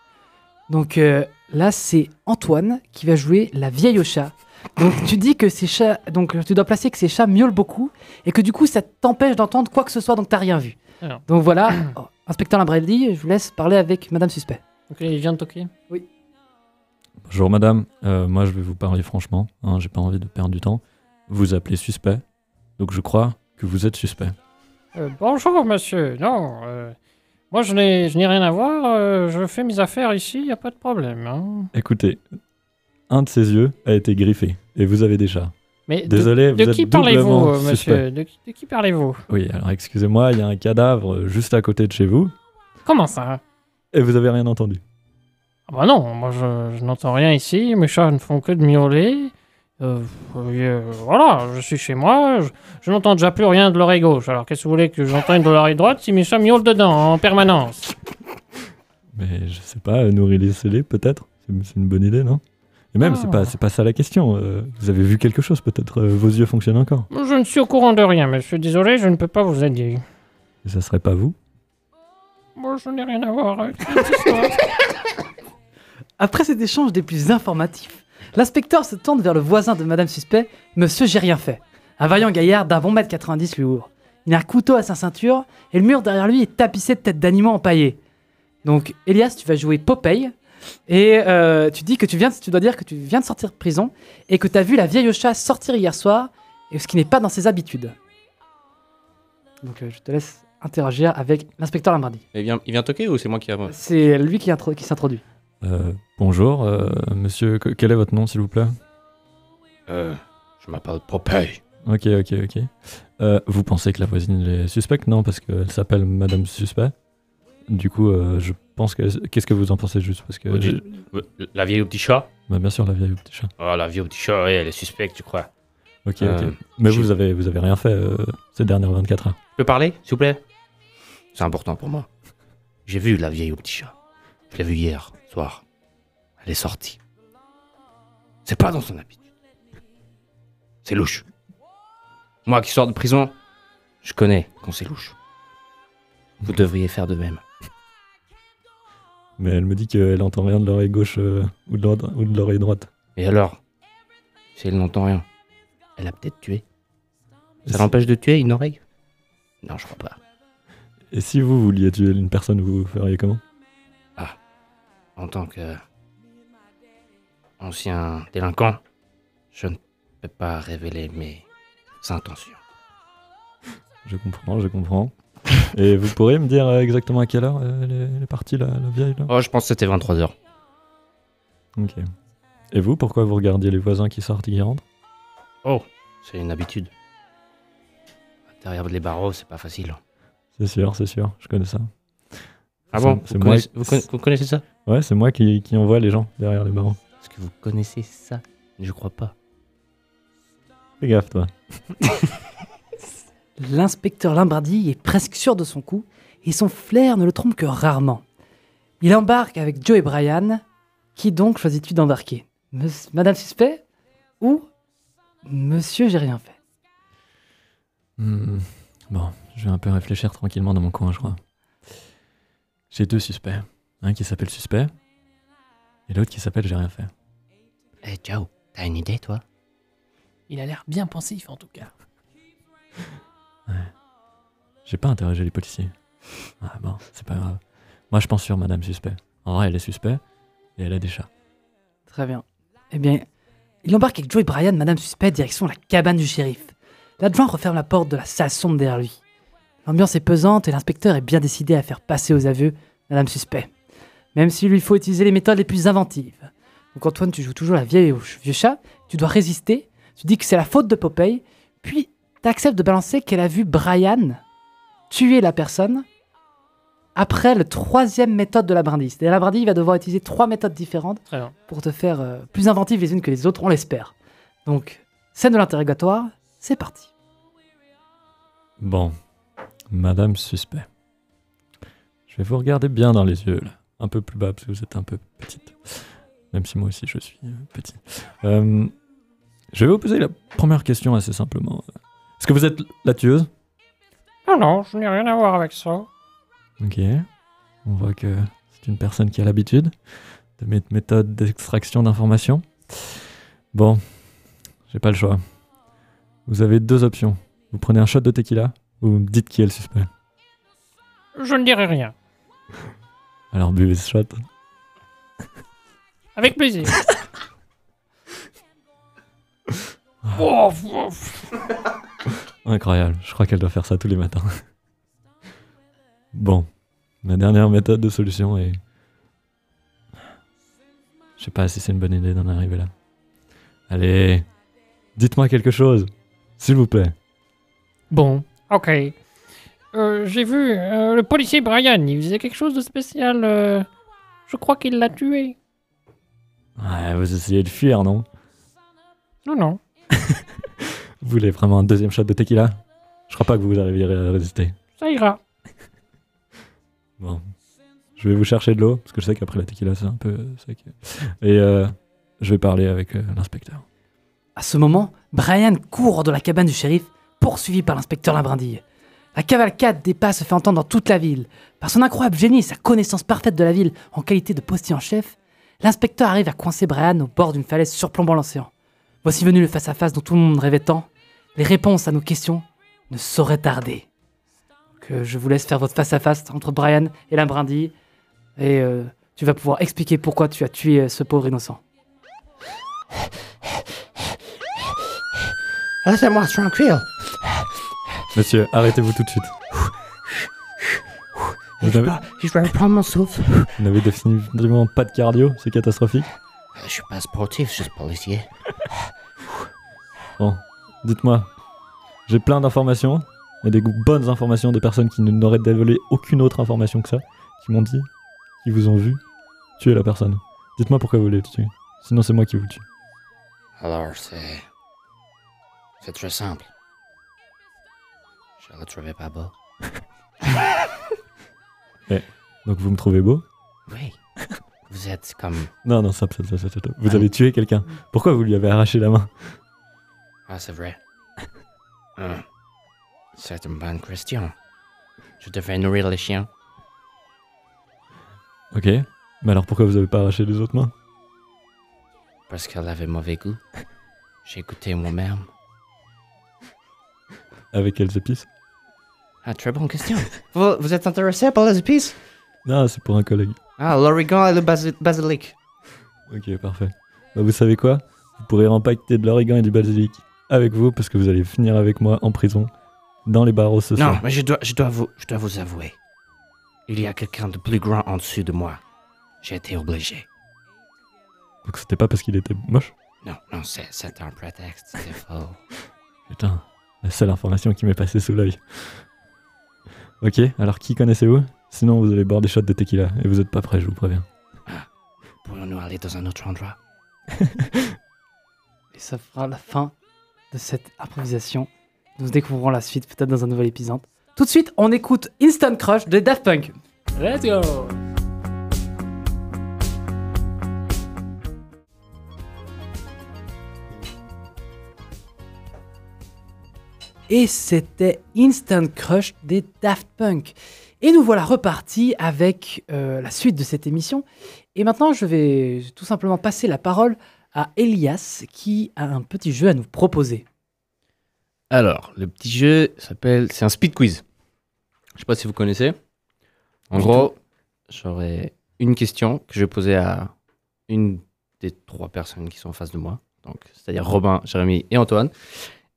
Donc euh, là, c'est Antoine qui va jouer la vieille au chat. Donc tu dis que ces chats, donc tu dois placer que ces chats miaulent beaucoup et que du coup ça t'empêche d'entendre quoi que ce soit, donc t'as rien vu.
Alors.
Donc voilà, oh, inspecteur Labrelli, je vous laisse parler avec Madame Suspect.
Donc, là, il vient de toquer.
Bonjour madame, Euh, moi je vais vous parler franchement, hein, j'ai pas envie de perdre du temps. Vous appelez suspect, donc je crois que vous êtes suspect.
Euh, bonjour, monsieur. Non, euh, moi, je n'ai je n'ai rien à voir. euh, je fais mes affaires ici, il n'y a pas de problème. hein.
Écoutez, un de ses yeux a été griffé et vous avez des chats.
Mais de-
Désolé,
de,
vous êtes
qui parlez-vous,
doublement
euh,
suspect.
monsieur de, qui- de qui parlez-vous
Oui, alors excusez-moi, il y a un cadavre euh, juste à côté de chez vous
Comment ça
et vous avez rien entendu.
Ah bah non, moi, je, je n'entends rien ici. Mes chats ne font que de miauler. Euh, euh, voilà, je suis chez moi. Je, je n'entends déjà plus rien de l'oreille gauche. Alors, qu'est-ce que vous voulez que j'entende de l'oreille droite si mes chats miaulent dedans en permanence
Mais je sais pas, euh, nourrir les peut-être C'est c'est une bonne idée, non Et même, c'est
Ah.
pas, c'est pas ça la question. euh, vous avez vu quelque chose, peut-être euh, vos yeux fonctionnent encore.
Je ne suis au courant de rien, monsieur. Désolé, je ne peux pas vous aider.
Et ça serait pas vous
Moi, je n'ai rien à voir avec cette histoire.
Après cet échange des plus informatifs, l'inspecteur se tourne vers le voisin de Madame Suspect, Monsieur J'ai rien fait. Un vaillant gaillard d'un bon mètre 90 lui ouvre. Il a un couteau à sa ceinture et le mur derrière lui est tapissé de têtes d'animaux empaillés. Donc, Elias, tu vas jouer Popeye. Et euh, tu dis que tu viens, de- tu dois dire que tu viens de sortir de prison et que tu as vu la vieille chat sortir hier soir, et ce qui n'est pas dans ses habitudes. Donc euh, je te laisse interagir avec l'inspecteur Lamardi.
Il vient, il vient toquer ou c'est moi qui avance
C'est lui qui, intro- qui s'introduit.
Euh, bonjour, euh, monsieur, que- quel est votre nom, s'il vous plaît
Euh, je m'appelle Popeye.
Ok, ok, ok. Euh, vous pensez que la voisine elle est suspecte Non, parce qu'elle s'appelle Madame Suspect. Du coup, euh, je pense que. Qu'est-ce que vous en pensez juste Parce que. j'ai-
Euh, La vieille au petit chat
Bah, bien sûr, la vieille au petit chat.
Ah, la vieille au petit chat, ouais, elle est suspecte, tu crois.
Ok,
Euh,
ok. Mais
je-
vous avez, vous avez rien fait euh, ces dernières 24 heures.
Je peux parler, s'il vous plaît C'est important pour moi. J'ai vu la vieille au petit chat. Je l'ai vue hier soir. Elle est sortie. C'est pas dans son habitude. C'est louche. Moi qui sors de prison, je connais quand c'est louche. Vous devriez faire de même.
Mais elle me dit qu'elle entend rien de l'oreille gauche euh, ou de l'or- ou de l'oreille droite.
Et alors Si elle n'entend rien, elle a peut-être tué. Ça
Si-
l'empêche de tuer une oreille Non, je crois pas.
Et si vous vouliez tuer une personne, vous feriez comment
en tant que ancien délinquant, je ne peux pas révéler mes intentions.
Je comprends, je comprends. Et vous pourriez me dire euh, exactement à quelle heure euh, elle est, elle est partie, la, la vieille là
Oh, je pense que c'était 23h.
Ok. Et vous, pourquoi vous regardiez les voisins qui sortent et qui rentrent
Oh, c'est une habitude. Derrière les barreaux, c'est pas facile. hein.
C'est sûr, c'est sûr, je connais ça.
Ah
C'est-
bon
c'est
vous,
moi-
connaissez, vous conna- vous connaissez ça
Ouais, c'est moi qui, qui envoie les gens derrière les barreaux.
Est-ce que vous connaissez ça Je crois pas.
Fais gaffe, toi.
L'inspecteur Lambardi est presque sûr de son coup et son flair ne le trompe que rarement. Il embarque avec Joe et Brian. Qui donc choisis-tu d'embarquer Mes- Madame Suspect ou Monsieur J'ai rien fait
Hmm, Bon, je vais un peu réfléchir tranquillement dans mon coin, je crois. J'ai deux suspects. Un qui s'appelle Suspect et l'autre qui s'appelle J'ai rien fait.
Eh, ciao, t'as une idée, toi
Il a l'air bien pensif en tout cas.
J'ai pas interrogé les policiers. Ah bon, c'est pas grave. Moi, je pense sur Madame Suspect. En vrai, elle est suspect et elle a des chats.
Très bien. Eh bien, il embarque avec Joe et Brian, Madame Suspect, direction la cabane du shérif. L'adjoint referme la porte de la salle sombre derrière lui. L'ambiance est pesante et l'inspecteur est bien décidé à faire passer aux aveux Madame Suspect. Même s'il lui faut utiliser les méthodes les plus inventives. Donc Antoine, tu joues toujours la vieille au ch- vieux chat, tu dois résister, tu dis que c'est la faute de Popeye, puis t'acceptes de balancer qu'elle a vu Brian tuer la personne après le troisième méthode de la brindille. C'est-à-dire la brindille va devoir utiliser trois méthodes différentes
Très bien.
pour te faire euh, plus inventives les unes que les autres, on l'espère. Donc, scène de l'interrogatoire, c'est parti.
Bon, Madame Suspect. Je vais vous regarder bien dans les yeux, là. Un peu plus bas, parce que vous êtes un peu petite. Même si moi aussi, je suis euh, petit. Euh, je vais vous poser la première question assez simplement. Est-ce que vous êtes la tueuse
Ah non, je n'ai rien à voir avec ça.
Ok. On voit que c'est une personne qui a l'habitude de mes méthodes d'extraction d'informations. Bon, j'ai pas le choix. Vous avez deux options. Vous prenez un shot de tequila ou vous me dites qui est le suspect.
Je ne dirai rien.
Alors buvez ce shot.
Avec plaisir. Oh, pff.
Incroyable. Je crois qu'elle doit faire ça tous les matins. bon, ma dernière méthode de solution est. Je sais pas si c'est une bonne idée d'en arriver là. Allez, dites-moi quelque chose, s'il vous plaît.
Bon,
ok. Euh, J'ai vu euh, le policier Brian, il faisait quelque chose de spécial. euh, je crois qu'il l'a tué.
Ouais, vous essayez de fuir, non
Non, non.
Vous voulez vraiment un deuxième shot de tequila Je crois pas que vous arriverez à résister.
Ça ira.
Bon. Je vais vous chercher de l'eau, parce que je sais qu'après la tequila, c'est un peu euh, sec. Et euh, je vais parler avec euh, l'inspecteur.
À ce moment, Brian court de la cabane du shérif, poursuivi par l'inspecteur Labrindille. La cavalcade des pas se fait entendre dans toute la ville. Par son incroyable génie et sa connaissance parfaite de la ville en qualité de postier en chef, l'inspecteur arrive à coincer Brian au bord d'une falaise surplombant l'océan. Voici venu le face-à-face dont tout le monde rêvait tant. Les réponses à nos questions ne sauraient tarder. Donc, euh, je vous laisse faire votre face-à-face entre Brian et Labrindille. Et euh, tu vas pouvoir expliquer pourquoi tu as tué euh, ce pauvre innocent.
Laissez-moi Ah, tranquille.
Monsieur, arrêtez-vous tout de suite. Vous n'avez-
Je vais reprendre mon souffle.
vous n'avez définitivement pas de cardio, c'est catastrophique.
Euh,
Je suis pas sportif, je suis policier.
Bon, dites-moi, j'ai plein d'informations, et des bonnes informations des personnes qui ne- n'auraient dévoilé aucune autre information que ça, qui m'ont dit, qui vous ont vu, tuer la personne. Dites-moi pourquoi vous l'avez tué, sinon c'est moi qui vous tue.
Alors, c'est. C'est très simple. Je le trouvais pas beau.
Eh, donc vous me trouvez beau
Oui. Vous êtes comme.
Non, non, stop, stop, stop, stop, stop. Vous avez tué quelqu'un. Pourquoi vous lui avez arraché la main
Ah, c'est vrai. Hum. C'est une bonne question. Je devais nourrir les chiens.
Ok, mais alors pourquoi vous avez pas arraché les autres mains
Parce qu'elle avait mauvais goût. J'ai goûté moi-même.
Avec quelles épices
Ah, très bonne question. vous, vous êtes intéressé par les épices
Non, c'est pour un collègue.
Ah, l'origan et le basi- basilic.
Ok, parfait. Bah, vous savez quoi Vous pourrez impacter de l'origan et du basilic avec vous parce que vous allez finir avec moi en prison dans les barreaux ce
Non,
soir.
mais je dois, je, dois vous, je dois vous avouer. Il y a quelqu'un de plus grand en dessous de moi. J'ai été obligé.
Donc c'était pas parce qu'il était moche.
Non, non, c'est c'est un prétexte, c'est faux.
Putain, la seule information qui m'est passée sous l'œil. Ok, alors qui connaissez-vous Sinon vous allez boire des shots de tequila et vous êtes pas prêts, je vous préviens.
Pourrions-nous aller dans un autre endroit
Et ça fera la fin de cette improvisation. Nous découvrons la suite peut-être dans un nouvel épisode. Tout de suite, on écoute Instant Crush de Daft Punk.
Let's go
Et c'était Instant Crush des Daft Punk. Et nous voilà repartis avec euh, la suite de cette émission. Et maintenant, je vais tout simplement passer la parole à Elias qui a un petit jeu à nous proposer.
Alors, le petit jeu s'appelle. C'est un speed quiz. Je sais pas si vous connaissez. En
Du
gros, j'aurai une question que je vais poser à une des trois personnes qui sont en face de moi. Donc, c'est-à-dire Robin, Jérémy et Antoine.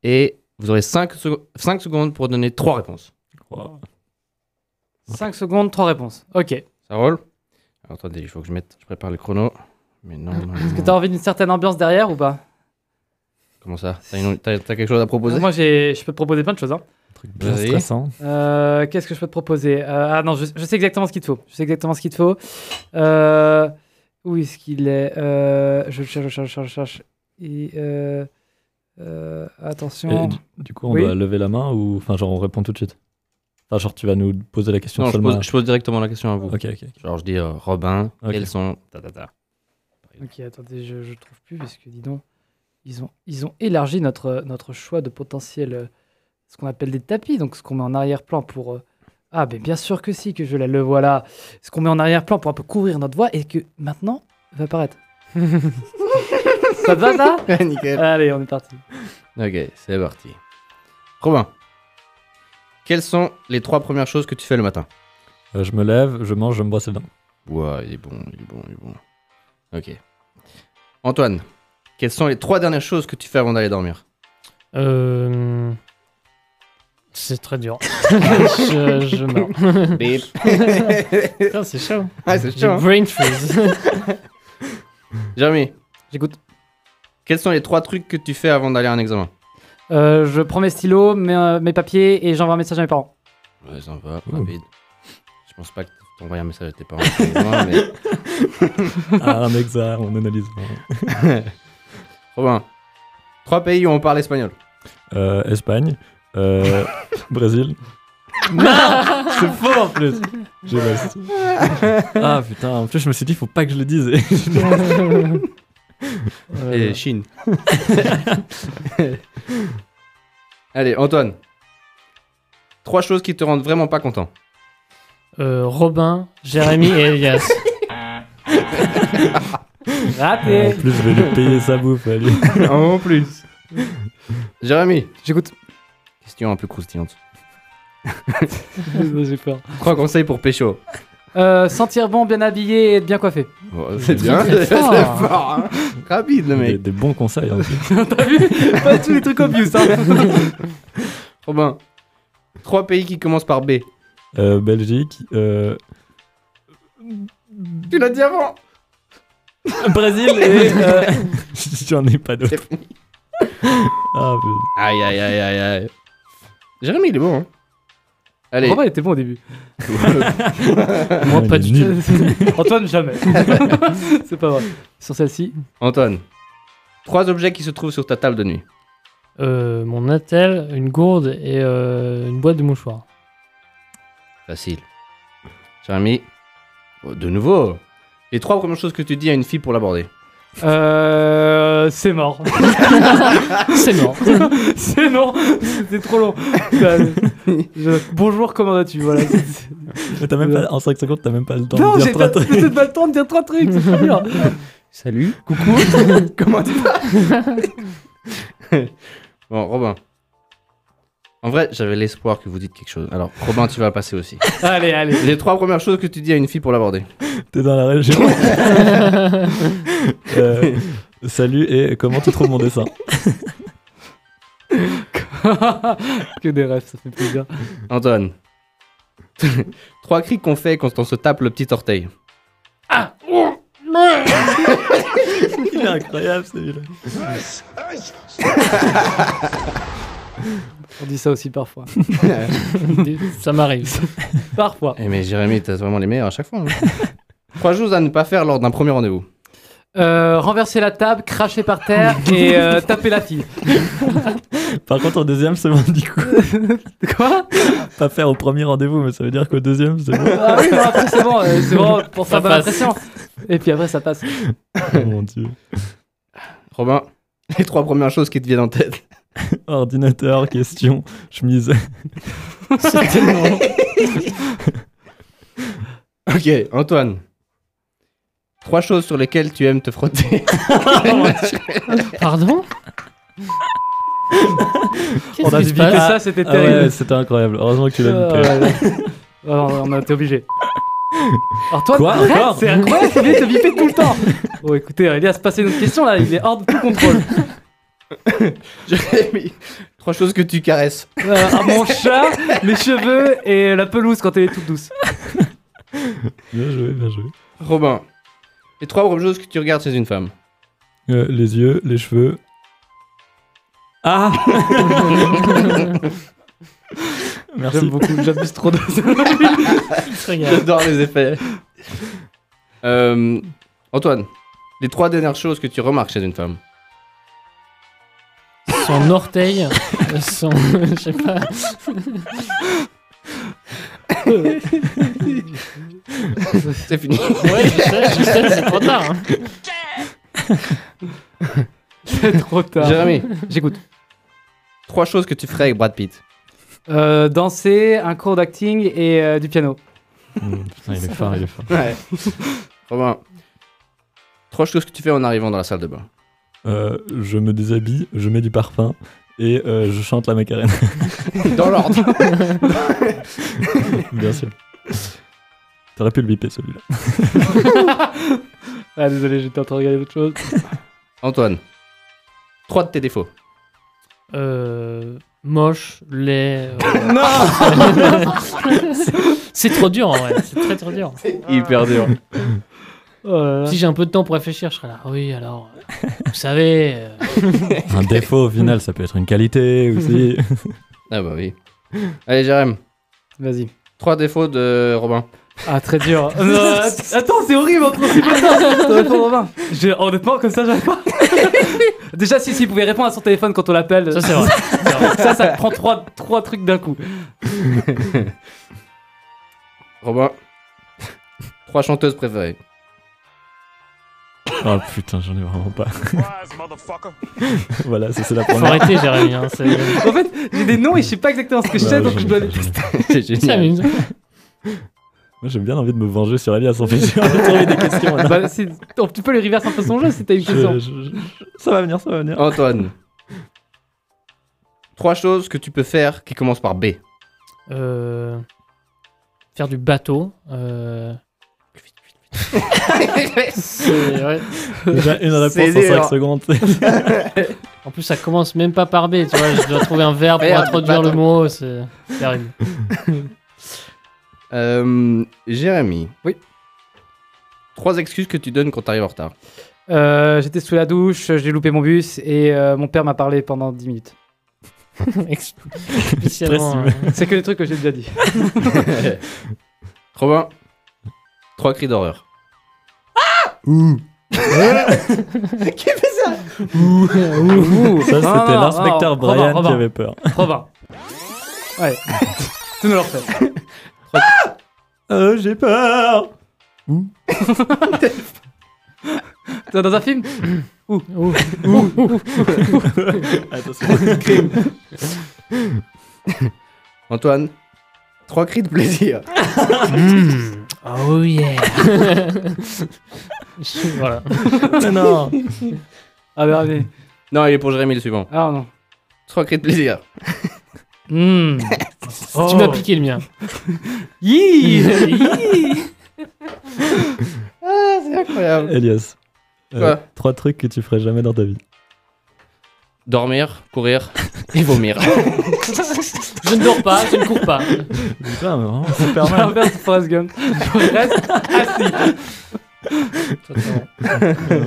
Et vous aurez 5, secondes pour donner trois réponses.
5 secondes, 3 réponses. Ok.
Ça roule Alors, attendez, il faut que je mette. Je prépare le chrono. Mais non, non,
Est-ce que
non.
t'as envie d'une certaine ambiance derrière ou pas
Comment ça T'as une- t'as- t'as quelque chose à proposer
Moi, j'ai- je peux te proposer plein de choses. hein.
bien Vas-y. stressant.
Euh, Qu'est-ce que je peux te proposer Euh, Ah non, je, je sais exactement ce qu'il te faut. Je sais exactement ce qu'il te faut. Euh, où est-ce qu'il est, Euh, Je le cherche, je cherche, je cherche, je cherche. Et, euh, euh, attention.
Et du, du coup, on
Oui.
doit lever la main ou. Enfin, genre, on répond tout de suite. Enfin, genre, tu vas nous poser la question
Non, je
seulement.
pose, je pose directement la question à vous.
Ok, ok.
Genre, je dis euh, Robin,
Ok.
quels sont. ta, ta, ta.
Ok, attendez, je, je trouve plus parce que dis donc, ils ont, ils ont élargi notre, notre choix de potentiel, euh, ce qu'on appelle des tapis, donc ce qu'on met en arrière-plan pour. euh, ah, ben bien sûr que si, que je la le voilà. Ce qu'on met en arrière-plan pour un peu couvrir notre voix et que maintenant va apparaître. ça te va ça
Nickel.
Allez, on est parti.
Ok, c'est parti. Robin, quelles sont les trois premières choses que tu fais le matin
Euh, je me lève, je mange, je me brosse les dents.
Ouais, il est bon, il est bon, il est bon. Ok. Antoine, quelles sont les trois dernières choses que tu fais avant d'aller dormir
Euh... C'est très dur. je, je meurs.
Bip.
Putain, c'est chaud.
Ah, c'est
J'ai
chaud, hein.
brain freeze.
Jeremy,
j'écoute.
Quels sont les trois trucs que tu fais avant d'aller à un examen
Euh, je prends mes stylos, mes, euh, mes papiers et j'envoie un message à mes parents.
Ouais, ça va,
Ouh.
rapide. Je pense pas que t'envoies un message à tes parents. avant l'examen, mais-
Ah, un examen, on analyse.
Robin, trois pays où on parle espagnol.
Euh, Espagne, euh, Brésil.
Non
C'est faux en plus J'ai mal. Ah putain, en plus je me suis dit, faut pas que je le dise.
Et Chine. Allez, Antoine. Trois choses qui te rendent vraiment pas content.
Euh, Robin, Jérémy et Elias.
En plus, je vais lui payer sa bouffe à lui.
en plus. Jérémy.
J'écoute.
Question un peu croustillante.
J'ai peur.
Trois conseils pour pécho.
Euh, sentir bon, bien habillé et être bien coiffé. Ah.
Ouais, c'est bien,
très, très
c'est
fort.
fort, hein.
Oh, Rapide, le
Des, des bons conseils. en plus.
T'as vu Pas tous les trucs obvious. hein.
Robin, trois pays qui commencent par B.
Euh, Belgique, euh,
Tu l'as dit avant
Brésil et. euh, J'en ai pas d'autres. Ah, putain.
Aïe, aïe, aïe, aïe, aïe. Jérémy, il est bon, hein Allez.
Robin était bon au début.
Moi,
pas du tout. Antoine, jamais. C'est pas vrai. Sur celle-ci.
Antoine, trois objets qui se trouvent sur ta table de nuit.
Euh, mon attel, une gourde et euh, une boîte de mouchoirs.
Facile. Jérémy, oh, de nouveau. Les trois premières choses que tu dis à une fille pour l'aborder.
Euh, c'est mort.
c'est mort.
c'est mort. C'était trop long. Je- Bonjour, comment vas-tu Voilà.
Mais t'as même pas, en 5 secondes, t'as même pas le temps
Non,
de
j'ai
dire trois
peut-être
trucs.
peut-être pas le temps de dire trois trucs. C'est trop bien.
Salut.
Coucou.
comment tu Bon, Robin. En vrai, j'avais l'espoir que vous dites quelque chose. Alors, Robin, tu vas passer aussi.
Allez, allez.
Les trois premières choses que tu dis à une fille pour l'aborder.
T'es dans la région. Euh, salut et comment tu trouves mon dessin
que des rêves, ça fait plaisir.
Antoine. trois cris qu'on fait quand on se tape le petit orteil.
Il est incroyable celui-là.
On dit ça aussi parfois.
ça m'arrive.
parfois.
Eh mais Jérémy, t'as vraiment les meilleurs à chaque fois. hein. Trois choses à ne pas faire lors d'un premier rendez-vous.
Euh, renverser la table, cracher par terre et euh, taper la fille.
Par contre, au deuxième, c'est bon du coup.
Quoi
Pas faire au premier rendez-vous, mais ça veut dire qu'au deuxième, c'est bon.
Ah oui, non, après c'est bon, euh, c'est bon pour
Ça
faire bonne
passe.
impression. Et puis après ça passe.
Oh mon dieu.
Robin, les trois premières choses qui te viennent en tête.
Ordinateur, question, chemise.
C'est tellement.
Ok, Antoine. Trois choses sur lesquelles tu aimes te frotter.
Pardon Qu'est-ce
On a
qui se
débité
passe
ça, c'était
Ah
terrible.
ouais, c'était incroyable. Heureusement que tu l'as
Ah,
bipé.
ouais. Ah, on a été obligé. Alors toi,
Quoi
arrête,
Encore
c'est incroyable, tu viens de te biper tout le temps. Bon écoutez, Elias, passer notre question là, il est hors de tout contrôle.
Jérémy, trois choses que tu caresses.
Euh, ah, mon chat, mes cheveux et la pelouse quand elle est toute douce.
Bien joué, bien joué.
Robin, les trois premières choses que tu regardes chez une femme.
Euh, les yeux, les cheveux. Ah Merci.
J'aime beaucoup, j'abuse trop de
J'adore les effets. Euh, Antoine, les trois dernières choses que tu remarques chez une femme.
Son orteil, euh, son. Je sais pas.
C'est fini.
Ouais, je sais, je sais, c'est trop tard. hein.
C'est trop tard.
Jérémy,
J'écoute.
trois choses que tu ferais avec Brad Pitt.
Euh, danser, un cours d'acting et euh, du piano.
Hmm, putain, il est fort, il est fort.
Ouais. Robin, trois choses que tu fais en arrivant dans la salle de bain.
Euh, je me déshabille, je mets du parfum et euh, je chante la macarena.
Dans l'ordre.
bien sûr. T'aurais pu le biper celui-là.
Ah désolé, j'étais en train de regarder autre chose.
Antoine, trois de tes défauts.
Euh, moche, laid. euh,
Non
c'est trop dur en vrai, c'est très trop dur.
Ah.
Euh,
Hyper dur.
Si j'ai un peu de temps pour réfléchir, je serais là. Oui, alors. euh, Vous savez. euh,
Un défaut au final, ça peut être une qualité aussi.
Ah bah oui. Allez, Jérémy,
Vas-y.
trois défauts de Robin.
Ah, très dur. Non, att- attends, c'est horrible, on c'est pas ça. Ça doit répondre Robin. J'ai- Honnêtement, comme ça, j'avais pas. Déjà, si, si, il pouvait répondre à son téléphone quand on l'appelle.
Ça, c'est vrai. C'est vrai.
Ça, ça prend trois, trois trucs d'un coup.
Robin, trois chanteuses préférées.
oh putain, j'en ai vraiment pas. voilà, ça c'est la
Faut
première.
arrêter, Jérémy. hein, c'est
En fait, j'ai des noms et je sais pas exactement ce que je
Ouais,
sais, donc
j'en ai
je dois
pas,
les.
j'en ai pas.
C'est
c'est
génial.
amusant.
Moi j'ai bien envie de me venger sur Elias en fait. J'ai envie de trouver des questions. là.
Bah, c'est- oh, tu peux les reverse un peu son jeu si t'as une
Je-
question.
je- je- Ça va venir, ça va venir.
Antoine, trois choses que tu peux faire qui commencent par B.
Euh, faire du bateau. euh, C'est- ouais.
Déjà, une réponse
C'est
en cinq
dur.
secondes.
en plus, ça commence même pas par B, tu vois. Je dois trouver un verbe pour
Merde,
introduire le
bateau.
mot, c'est terrible.
Euh, Jérémy. Oui. Trois excuses que tu donnes quand t'arrives en retard.
Euh, J'étais sous la douche, j'ai loupé mon bus et euh, mon père m'a parlé pendant 10 minutes.
Spécialement, Précis.
C'est que les trucs que j'ai déjà dit.
Robin. Trois cris d'horreur.
Ouh.
Qui fait ça
euh,
Ça, c'était l'inspecteur Brian qui avait peur.
Robin. Ouais. Tout nous le refait.
Euh, j'ai peur
T'es dans un film Ouh.
Ouh.
Ouh. Ouh.
Attention.
Crime.
Antoine. Trois cris de plaisir.
Mm. Oh yeah. Je- voilà.
non.
Ah bah allez.
Non, il est pour Jérémy le suivant.
Ah non.
Trois cris de plaisir.
Hmm. Tu m'as piqué le mien.
Yee
Ah, c'est incroyable.
Elias. euh,
Quoi
trois trucs que tu ferais jamais dans ta vie.
Dormir, courir et vomir.
je ne dors pas, je ne cours pas.
Putain, mais vraiment,
J'ai
Superman.
inverse de Forrest Gump. Je reste assis.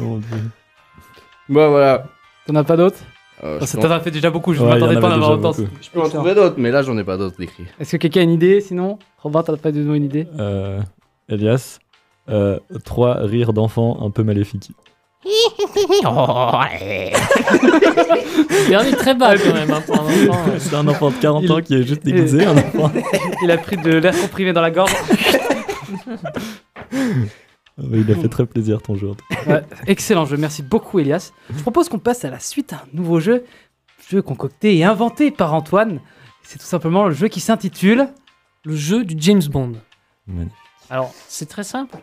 Bon,
Bah, voilà. Euh,
T'en as pas d'autres
je
Ça
pense-
t'en a fait déjà beaucoup, je
Ouais,
m'attendais
y en
pas à en
avait
avoir
déjà
autant.
beaucoup. Je peux en trouver d'autres, mais là j'en ai pas d'autres d'écrits.
Est-ce que quelqu'un a une idée sinon Robin, t'as pas de nous une idée
Euh, Elias. euh, trois rires d'enfant un peu maléfiques.
Dernier très bas quand même hein, pour un enfant.
C'est un enfant de 40 ans qui est juste déguisé.
Il-
en enfant.
Il a pris de l'air comprimé dans la gorge.
Ah bah, Il a fait très plaisir ton jour.
Ouais, excellent jeu, merci beaucoup Elias. Je propose qu'on passe à la suite à un nouveau jeu, jeu concocté et inventé par Antoine. C'est tout simplement le jeu qui s'intitule
Le jeu du James Bond.
Magnifique.
Alors, c'est très simple.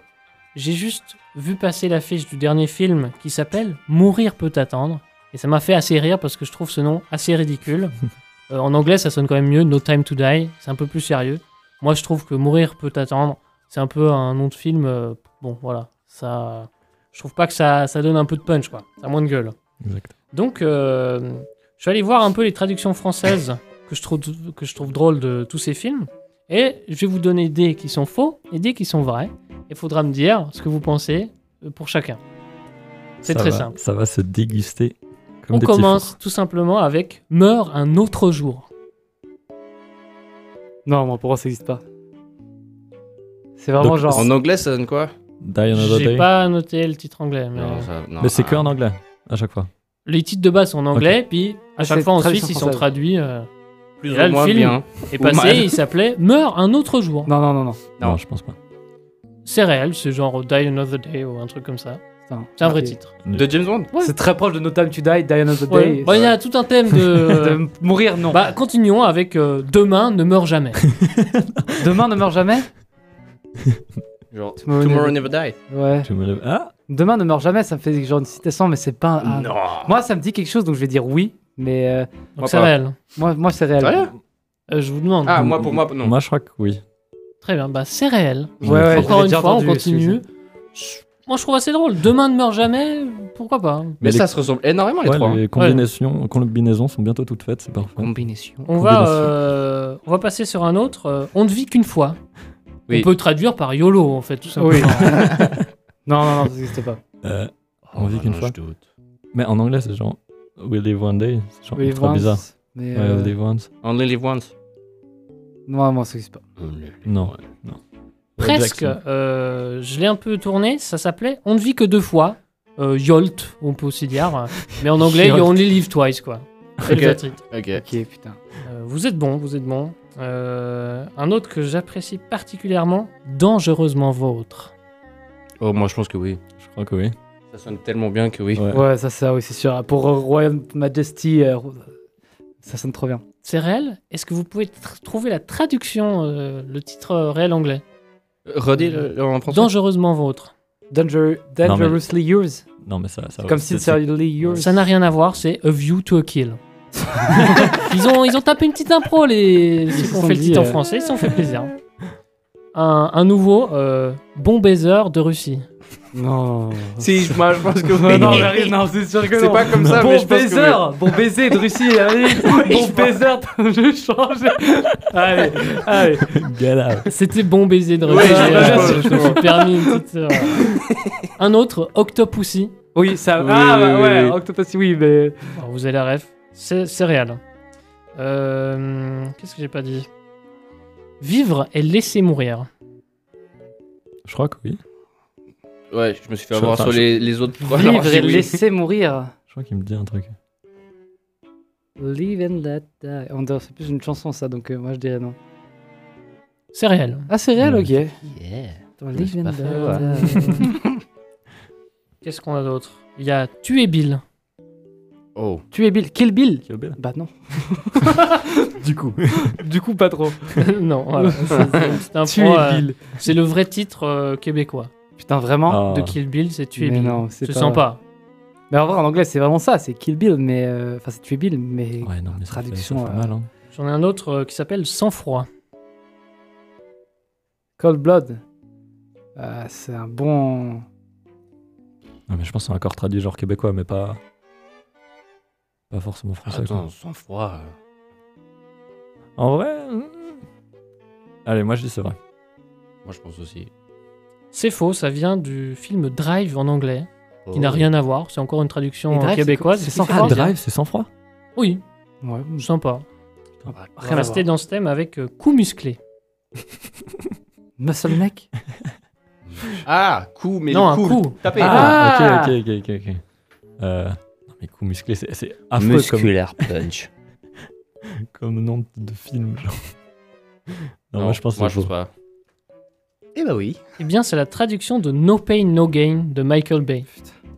J'ai juste vu passer l'affiche du dernier film qui s'appelle Mourir peut attendre. Et ça m'a fait assez rire parce que je trouve ce nom assez ridicule. Euh, en anglais, ça sonne quand même mieux, No Time to Die. C'est un peu plus sérieux. Moi, je trouve que Mourir peut attendre, c'est un peu un nom de film. euh, bon, voilà. Ça, je trouve pas que ça, ça donne un peu de punch, quoi. Ça a moins de gueule.
Exact.
Donc, euh, je suis allé voir un peu les traductions françaises que je trouve, que je trouve drôles de tous ces films. Et je vais vous donner des qui sont faux et des qui sont vrais. Il faudra me dire ce que vous pensez euh, pour chacun. C'est
Ça
très
va-
simple.
Ça va se déguster. Comme
On
des petits
commence tout simplement avec Meurt un autre jour.
Non, moi pour moi ça n'existe pas. C'est vraiment
Donc,
genre.
En anglais ça donne quoi
Die another
J'ai
day.
pas noté le titre anglais. Mais... euh,
Non, ça- non,
Mais c'est
ah,
que en anglais, à chaque fois.
Les titres de base sont en anglais, puis à
Ah,
chaque
c'est
fois en
traduction
Suisse, ils sont
française.
traduits. euh,
Plus
et
ou
là,
moins
le film
bien.
est
Ou
passé,
mal.
il s'appelait Meurt un autre jour.
Non, non, non, non.
Non,
Non.
je pense pas.
C'est réel, c'est genre Die Another Day ou un truc comme ça. C'est un
Ah,
vrai titre.
De James Bond
Ouais.
C'est très proche de No Time to Die, Die Another
Ouais.
Day. Euh,
Bah, il y a tout un thème de. euh,
De mourir, non.
bah, continuons avec euh, Demain ne meurt jamais.
Demain ne meurt jamais
Genre
Tomorrow
Tomorrow, Never
Never-
Die.
Ouais.
Tu me lèves- Ah
Demain ne meurt jamais, ça me fait genre une citation, mais c'est pas. un-
Non.
Moi ça me dit quelque chose donc je vais dire oui, mais. euh,
Donc
Moi
c'est
pas.
réel.
Moi, moi c'est réel.
Sérieux
Euh, je vous demande.
Ah, moi pour moi, non.
Moi, je crois que oui.
Très bien, bah c'est réel.
Ouais, ouais, je
Encore
l'ai
une
déjà
fois, on
entendu,
continue. Je- Moi je trouve assez drôle. Demain ne meurt jamais, pourquoi pas
Mais,
les-
ça se ressemble énormément les
ouais,
trois.
les combinaisons, combinaisons sont bientôt toutes faites, c'est parfait.
Combinaison.
On va, euh, on va passer sur un autre. euh, on ne vit qu'une fois.
Oui.
On peut traduire par YOLO en fait, tout simplement.
Oui. non, non, non, ça n'existe pas.
Euh, on vit
Oh,
qu'une
non,
fois.
je doute.
Mais en anglais, c'est genre We live one day. C'est genre
Oui,
Oh, trop
Vance,
bizarre.
Mais,
Ouais,
euh,
We live once.
Only live once.
Non, moi ça n'existe pas.
Non. non.
Presque.
Jackson.
euh, je l'ai un peu tourné. Ça s'appelait On ne vit que deux fois. Euh, YOLT, on peut aussi dire. Mais en anglais,
Yolt.
You Only Live Twice, quoi. C'est le titre.
Ok.
Ok, putain.
Euh, vous êtes bon, vous êtes bon. Euh, un autre que j'apprécie particulièrement, Dangereusement Vôtre.
Oh, moi je pense que oui.
Je crois que oui.
Ça sonne tellement bien que oui.
Ouais.
Ouais, ça, ça, oui, c'est sûr. Pour euh, Royal Majesty, euh, ça sonne trop bien.
C'est réel Est-ce que vous pouvez tr- trouver la traduction, euh, le titre euh, réel anglais
Euh, Redis le- le- en français.
Dangereusement Vôtre.
Danger, dangerously yours.
Non, mais ça. ça
Comme
Oh, c'est-
si
c'est-
seriously yours.
Ça n'a rien à voir, c'est A View to a Kill. ils, ont, ils ont tapé une petite impro, les ceux qui
se
ont
sont
fait le
dit,
titre en
euh,
français, ils s'en fait plaisir. un, un nouveau euh, bon baiser de Russie.
Non.
Oh.
Si, je, moi, je pense que
Non, non, mais- non, c'est sûr que non.
C'est pas comme ça,
bon
mais je pense que
baiser,
oui.
Bon baiser de Russie, allez. bon baiser, je change. Ah
Allez, allez.
Gala.
C'était bon baiser de Russie.
Ouais, je-
Voilà,
je-
je
je-
je me suis permis une petite. euh, un autre, Octopussy.
Oui, ça. ah, bah, ouais, Octopussy, oui, mais.
Alors, vous avez la ref. C'est céréales. Euh, Qu'est-ce que j'ai pas dit Vivre et laisser mourir.
Je crois que oui.
Ouais, je me suis fait
Je-
avoir
enfin,
sur
je-
les, les autres. Pourquoi
Vivre
alors, j'ai
et
oui.
laisser mourir.
Je crois qu'il me dit un truc.
Live and let die. On dirait- C'est plus une chanson, ça, donc euh, moi je dirais non.
C'est réel.
Ah, c'est réel, ok.
Yeah.
Attends, Live
C'est
and
pas
let
fait, voilà.
die.
Qu'est-ce qu'on a d'autre Il y a tuer Bill.
Oh.
Tu es Bill. Kill Bill.
Kill Bill.
Bah non.
Du coup.
du coup, pas trop.
non, voilà. C'est- c'est- c'est un
Tuer
point, euh,
Bill.
C'est le vrai titre euh, québécois.
Putain, vraiment
De Kill Bill, c'est tuer
Mais
Bill.
non,
c'est
c'est
sympa.
Mais en vrai, en anglais, c'est vraiment ça. C'est Kill Bill, mais. euh, Enfin, c'est tuer Bill, mais.
Ouais, non, mais ça fait-
traduction.
ça
euh,
fait mal, hein.
J'en ai un autre euh, qui s'appelle Sans froid.
Cold Blood. Euh, c'est un bon.
Non, mais je pense que c'est encore traduit genre québécois, mais pas. Pas forcément français. quoi.
Attends, sans froid. euh.
En vrai. hmm. Allez, moi je dis c'est vrai.
Moi, je pense aussi.
C'est faux, ça vient du film Drive en anglais, qui n'a
Oh.
rien à voir. C'est encore une traduction euh,
Et Drive, c'est
québécoise.
quoi
qui
C'est sans
fait
froid.
plaisir.
Drive, c'est sans froid
Oui,
Ouais.
sympa.
Oh,
Rien à
Rester
voir.
dans ce thème avec euh, coup musclé.
Muscle Neck.
Ah, coup, mais
Non,
le
un
coup.
coup.
Tapez.
Ah, ok, ok, ok, ok. Euh, non, mais coup musclé, c'est c'est affreux
Muscular punch.
comme, comme nom de film. Genre. Non, moi je pense que
Moi,
c'est
je pense
faux.
pas. Eh bah oui.
Eh bien, c'est la traduction de No Pain, No Gain de Michael Bay.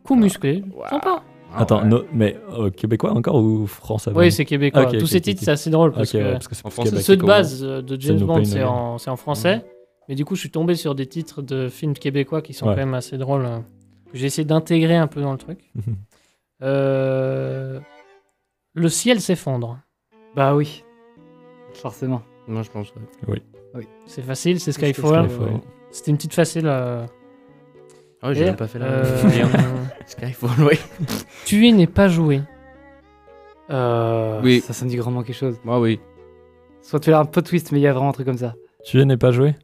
Coup musclé,
Ah,
sympa.
Attends, no- mais euh, québécois encore ou français
Oui,
vraiment
c'est québécois.
Ok,
Tous
ok,
ces
ok,
titres,
ok.
c'est assez drôle parce
Ok,
que,
ouais, parce c'est
En
plus
français,
Québec,
ceux de
comment-
base euh, de James
No Pain,
Bond,
No
c'est
Gain. Mhm.
en, c'est en français. Mais du coup, je suis tombé sur des titres de films québécois qui sont
Ouais.
quand même assez drôles. euh, que J'ai essayé d'intégrer un peu dans le truc.
Mhm.
Euh, Le ciel s'effondre.
Bah oui. Forcément.
Moi, je pense. ouais.
C'est facile, c'est
Qu'est-ce que
Skyfall.
Skyfall.
Ouais. C'était une petite facile. euh,
Ah ouais, j'ai
Et,
même pas fait la.
euh,
Skyfall, oui.
Tuer n'est pas joué.
Euh,
Oui.
Ça, ça me dit grandement quelque chose.
Moi, Bah oui.
Soit tu l'as un peu twist, mais il y a vraiment un truc comme ça.
Tu n'es pas joué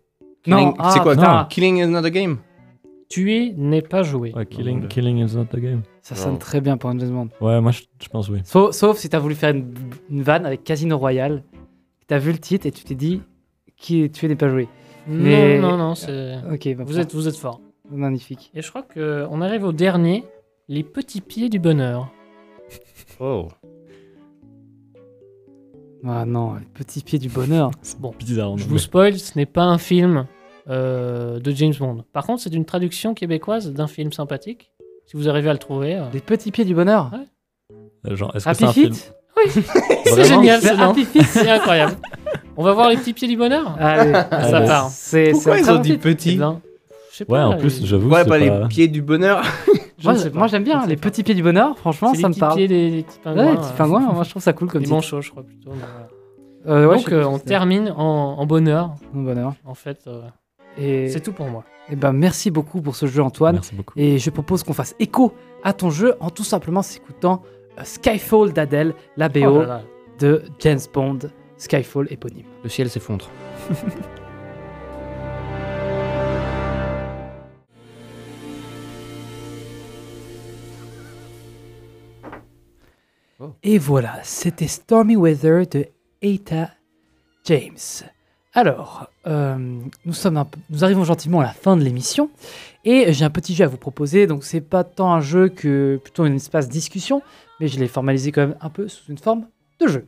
Non,
Killing- c'est
ah,
quoi
putain,
Killing is not a game.
Tuer n'est pas joué.
Ouais, killing,
mais-
killing is not the game.
Ça
Non.
sonne très bien pour un James Bond.
Ouais, moi je, je pense oui.
Sauf, sauf si t'as voulu faire une, une vanne avec Casino Royale, t'as vu le titre et tu t'es dit qui tu n'es pas joué. Mais-
Non, non, non, c'est.
Ok, bah,
Vous êtes, vous êtes fort.
magnifique.
Et je crois que on arrive au dernier, les petits pieds du bonheur.
Oh.
Ah non, les petits pieds du bonheur.
Bon,
Bizarre.
je
non,
vous spoil, ce n'est pas un film euh, de James Bond. Par contre, c'est une traduction québécoise d'un film sympathique. Si vous arrivez à le trouver, euh,
Les petits pieds du bonheur.
mais- euh, Genre, est-ce que
Happy
c'est un film
Feet.
c'est
Vraiment
génial,
C'est
c'est non
Happy Feet.
C'est incroyable. On va voir les petits pieds du bonheur.
Allez,
Ça part.
c'est
Pourquoi
c'est un
ils
très
ont
bon
dit
titre.
Eh
petit
bien, je sais
Ouais,
pas,
en plus,
les-
j'avoue,
Ouais,
c'est
pas
pas-
les pieds du bonheur.
je
Moi,
ne sais
j- moi,
pas.
j'aime bien
Je ne
les
sais pas.
petits pieds du bonheur. Franchement,
C'est les
ça me
petits
parle.
pieds des, des petits pingouins.
Ouais, les petits
euh,
pingouins, moi je trouve ça cool comme
des
titre.
manchots, je crois plutôt. mais voilà.
Euh, ouais, je
Donc,
sais
euh,
plus
on
ce que c'est.
termine en, en bonheur.
Bon bonheur.
En fait, euh,
Et,
c'est tout pour moi.
et ben merci beaucoup pour ce jeu Antoine.
Merci beaucoup.
Et je propose qu'on fasse écho à ton jeu en tout simplement s'écoutant euh, Skyfall d'Adèle, la BO
Oh là là.
de James Bond, Skyfall éponyme.
Le ciel s'effondre.
Et voilà, c'était Stormy Weather de Eta James. Alors, euh, nous, sommes un peu- nous arrivons gentiment à la fin de l'émission et j'ai un petit jeu à vous proposer. Donc, c'est pas tant un jeu que plutôt un espace discussion, mais je l'ai formalisé quand même un peu sous une forme de jeu.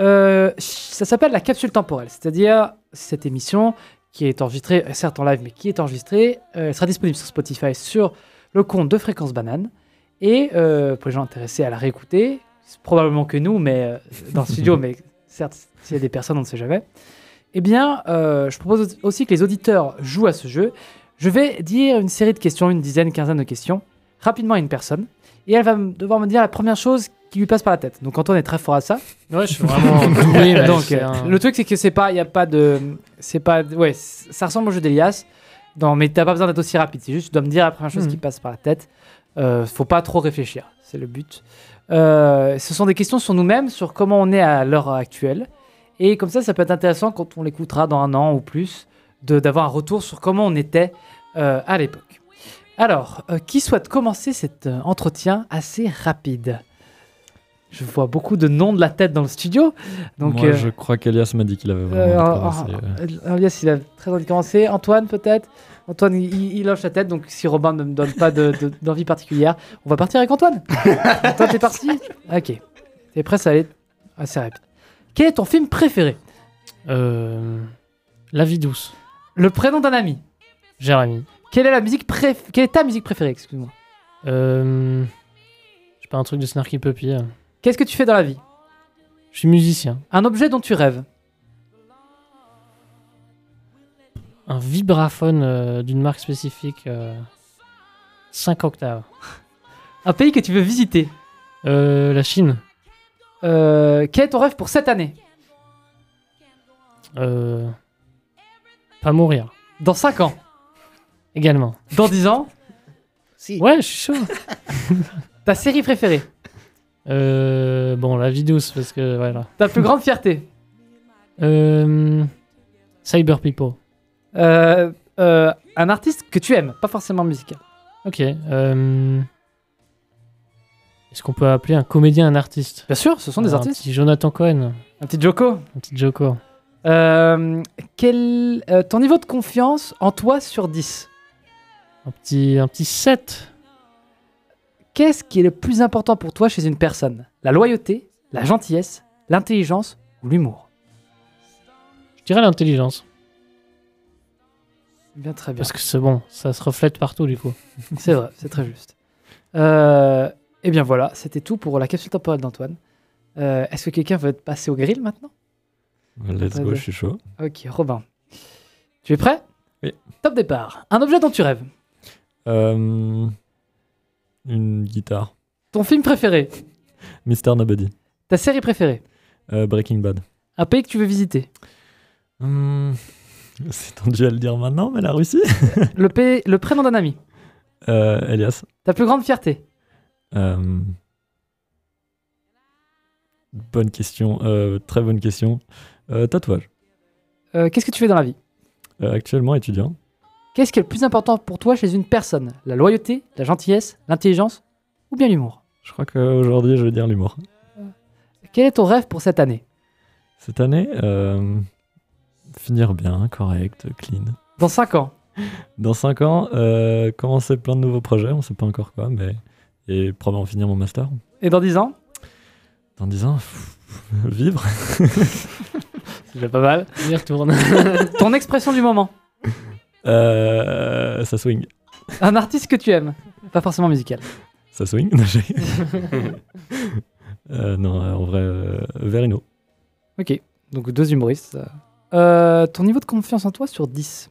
Euh, ça s'appelle la capsule temporelle, c'est-à-dire cette émission qui est enregistrée, euh, certes en live, mais qui est enregistrée, euh, elle sera disponible sur Spotify sur le compte de Fréquence Banane. Et euh, pour les gens intéressés à la réécouter, c'est probablement que nous, mais euh, dans le studio, mais certes, s'il y a des personnes, on ne sait jamais. Eh bien, euh, je propose aussi que les auditeurs jouent à ce jeu. Je vais dire une série de questions, une dizaine, quinzaine de questions, rapidement à une personne. Et elle va me- devoir me dire la première chose qui lui passe par la tête. Donc Antoine est très fort à ça.
Ouais, je suis vraiment doué, mais
Donc
c'est
euh,
un-
le truc c'est que c'est pas, il y a pas de, c'est pas, ouais, c- ça ressemble au jeu d'Elias. Non, mais t'as pas besoin d'être aussi rapide. C'est juste, tu dois me dire la première chose
Mhm.
qui passe par la tête. Euh, faut pas trop réfléchir, c'est le but. Euh, ce sont des questions sur nous-mêmes, sur comment on est à l'heure actuelle. Et comme ça, ça peut être intéressant quand on l'écoutera dans un an ou plus, de- d'avoir un retour sur comment on était euh, à l'époque. Alors, euh, qui souhaite commencer cet euh, entretien assez rapide Je vois beaucoup de noms de la tête dans le studio. Donc,
Moi,
euh,
je crois qu'Elias m'a dit qu'il avait
euh,
vraiment
ah,
oh,
traversé, euh,
ah, Elias, il a très envie de commencer. Antoine, peut-être Antoine, il- il, il hoche la tête, donc si Robin ne me donne pas de- de- d'envie particulière, on va partir avec Antoine. Antoine, t'es parti Ok. T'es prêt, ça va aller assez rapide. Quel est ton film préféré
euh, La vie douce.
Le prénom d'un ami.
Jérémy.
Quelle est, la musique préf... Quelle est ta musique préférée, excuse-moi
Euh, je sais pas, un truc de Snarky Puppy. euh.
Qu'est-ce que tu fais dans la vie
Je suis musicien.
Un objet dont tu rêves
Un vibraphone euh, d'une marque spécifique. 5 octaves.
Un pays que tu veux visiter
la Chine.
Euh, Quel est ton rêve pour cette année
Euh, pas mourir.
Dans 5 ans
Également.
Dans 10 ans
Ouais, je suis chaud.
Ta série préférée
Euh, bon, la vie douce, parce que voilà.
Ta plus grande fierté
Euh, Cyber People.
Euh, euh, Un artiste que tu aimes, pas forcément musical.
Ok. euh, Est-ce qu'on peut appeler un comédien un artiste
Bien sûr, ce sont des
Un
artistes.
petit Jonathan Cohen.
Un petit Joko
Un petit Joko.
Euh, quel, euh, ton niveau de confiance en toi sur 10
Un petit, un petit 7.
Qu'est-ce qui est le plus important pour toi chez une personne La loyauté, la gentillesse, l'intelligence ou l'humour
Je dirais l'intelligence.
Bien, très bien.
Parce que c'est bon, ça se reflète partout du coup.
C'est vrai, c'est très juste. Euh, eh bien voilà, c'était tout pour la capsule temporelle d'Antoine. Euh, Est-ce que quelqu'un veut passer au grill maintenant
euh,
oh,
Let's go, je suis chaud.
Ok, Robin. Tu es prêt
Oui.
Top départ. Un objet dont tu rêves.
Euh, une guitare.
Ton film préféré.
Mister Nobody.
Ta série préférée.
Euh, Breaking Bad.
Un pays que tu veux visiter.
Hmm, C'est tendu à le dire maintenant, mais la Russie.
Le, pays- le prénom d'un ami.
Euh, Elias.
Ta plus grande fierté.
Euh, Bonne question, euh, très bonne question. Euh, tatouage.
Euh, Qu'est-ce que tu fais dans la vie
Euh, actuellement étudiant.
Qu'est-ce qui est le plus important pour toi chez une personne La loyauté, la gentillesse, l'intelligence ou bien l'humour
Je crois qu'aujourd'hui, je vais dire l'humour.
Quel est ton rêve pour cette année
Cette année, euh, finir bien, correct, clean.
Dans 5 ans.
Dans 5 ans, euh, commencer plein de nouveaux projets, on sait pas encore quoi, mais. Et probablement finir mon master.
Et dans 10 ans
Dans 10 ans, pff, vivre.
C'est déjà pas mal.
On y retourne.
ton expression du moment.
Euh, ça swing.
Un artiste que tu aimes. Pas forcément musical.
Ça swing Non, j'ai- Euh, non, euh, en vrai, euh, Verino.
Ok, donc deux humoristes. Euh, ton niveau de confiance en toi sur 10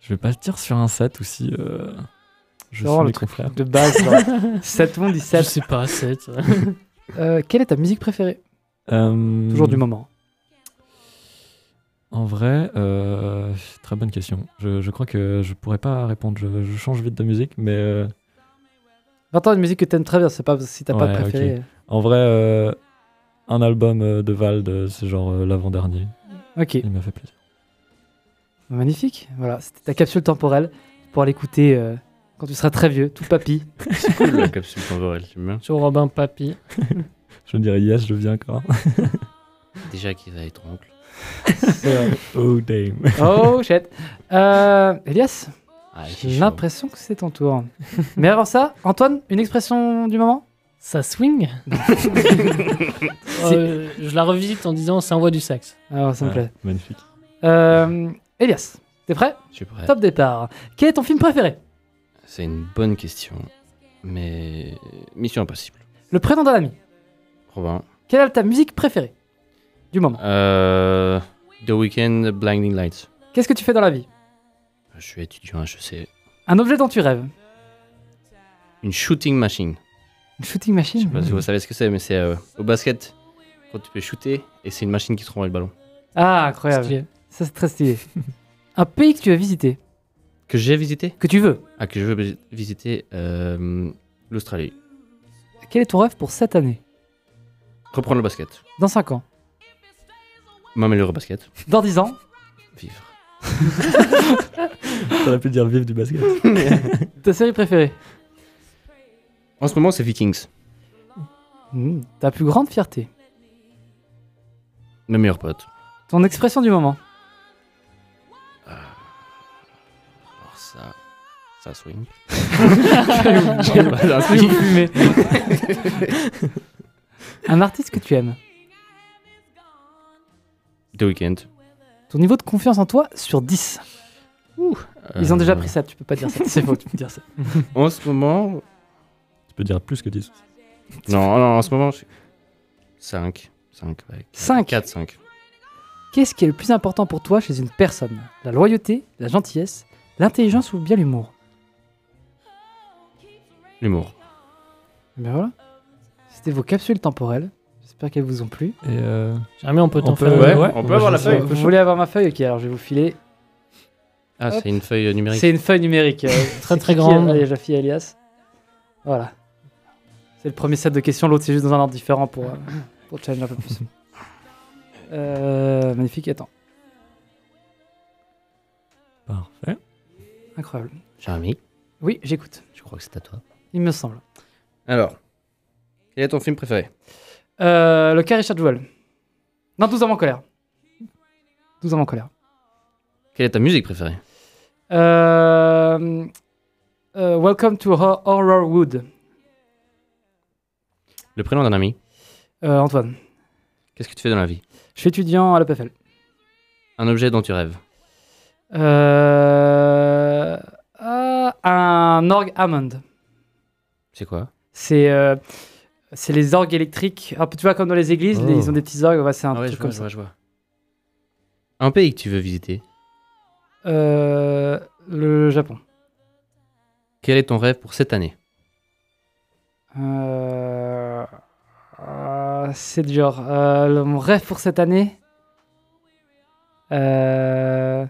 Je vais pas le dire sur un 7 ou si. euh, je
C'est vraiment
suis
le
mes
truc
confrères.
de base. hein. 7 monde 17.
Je sais pas, 7.
Euh, quelle est ta musique préférée
Euh,
Toujours du moment.
En vrai, euh, très bonne question. Je, je crois que je pourrais pas répondre. Je, je change vite de musique, mais. euh,
20 ans, une musique que t'aimes très bien, c'est pas si t'as pas de
ouais, ok.
préférée.
En vrai, euh, un album euh, de Vald, euh, c'est genre euh, l'avant-dernier.
Ok.
Il m'a fait plaisir.
Magnifique. Voilà, c'était ta capsule temporelle pour l'écouter euh, quand tu seras très vieux, tout papy.
Cool, la capsule temporelle, tu me
Sur Robin Papy.
Je dirais yes, je viens encore.
Déjà qu'il va être oncle.
oh damn.
Oh shit. Euh, Elias,
Ah,
j'ai l'impression que c'est ton tour. Mais avant ça, Antoine, une expression du moment
Ça swing Euh, Je la revisite en disant ça envoie du sexe.
Alors, Ah, ça me plaît.
Ah, Magnifique.
Euh, Elias, t'es prêt
Je suis prêt.
Top départ. Quel est ton film préféré
C'est une bonne question, mais mission impossible.
Le prénom d'un ami.
Robin.
Quelle est ta musique préférée Du moment.
Euh, The Weeknd, Blinding Lights.
Qu'est-ce que tu fais dans la vie
Je suis étudiant HEC.
Un objet dont tu rêves.
Une shooting machine.
Une shooting machine
Je sais pas si vous savez ce que c'est, mais c'est euh, au basket, quand tu peux shooter, et c'est une machine qui te renvoie le ballon.
Ah, incroyable.
Stylé.
Ça, c'est très stylé. un pays que tu as visité
Que j'ai visité
Que tu veux.
Ah, que je veux vis- visiter euh, l'Australie.
Quel est ton rêve pour cette année
Reprendre le basket.
Dans 5 ans
M'améliorer au basket.
Dans 10 ans
Vivre.
T'aurais pu dire vivre du basket.
Ta série préférée
En ce moment, c'est Vikings.
Hmm, Ta plus grande fierté
Mes meilleurs potes.
Ton expression du moment
Alors Oh, ça, ça swing.
J'ai-
Pas d'un
j'ai
swing.
fumé. Un artiste que tu aimes
The Weeknd.
Ton niveau de confiance en toi sur 10 Ils ont déjà pris ça, tu peux pas dire ça. Euh. C'est faux, tu peux dire ça.
En ce moment...
Tu peux dire plus que 10.
Non, non, en ce moment, 5. 5, ouais.
5
4, 5.
Qu'est-ce qui est le plus important pour toi chez une personne La loyauté, la gentillesse, l'intelligence ou bien l'humour
L'humour.
Eh Ben voilà. C'était vos capsules temporelles. J'espère qu'elles vous ont plu.
Et euh,
Jamais on peut t'en
on
faire.
peut-
une.
ouais, on peut avoir la feuille.
Vous voulez avoir ma feuille Ok, alors je vais vous filer.
Ah,
Hop.
c'est une feuille numérique.
C'est une feuille numérique. euh,
Très,
c'est
très
qui
grande.
qui a- Jafi et Elias. Voilà. C'est le premier set de questions, l'autre c'est juste dans un ordre différent pour, euh, pour challenge un peu plus. Euh, magnifique, attends.
Parfait.
Incroyable.
Jérémy,
Oui, j'écoute,
je crois que c'est à toi.
il me semble.
Alors, quel est ton film préféré
Euh, le cas Richard Jewell. Non, 12 hommes en colère. 12 hommes en colère.
Quelle est ta musique préférée
Euh, euh, welcome to Ho- Horror Wood.
Le prénom d'un ami.
Euh, Antoine,
Qu'est-ce que tu fais dans la vie
je suis étudiant à la PFL.
Un objet dont tu rêves.
Euh, ah, un orgue Hammond.
C'est quoi
C'est euh, c'est les orgues électriques. Un peu, tu vois, comme dans les églises,
Oh.
les- ils ont des petits orgues. ouais, c'est un
Ah ouais,
truc
je vois,
comme
je
ça.
vois, je vois. Un pays que tu veux visiter.
Euh, le Japon.
Quel est ton rêve pour cette année
Euh, euh, c'est dur. Euh, le- mon rêve pour cette année. euh,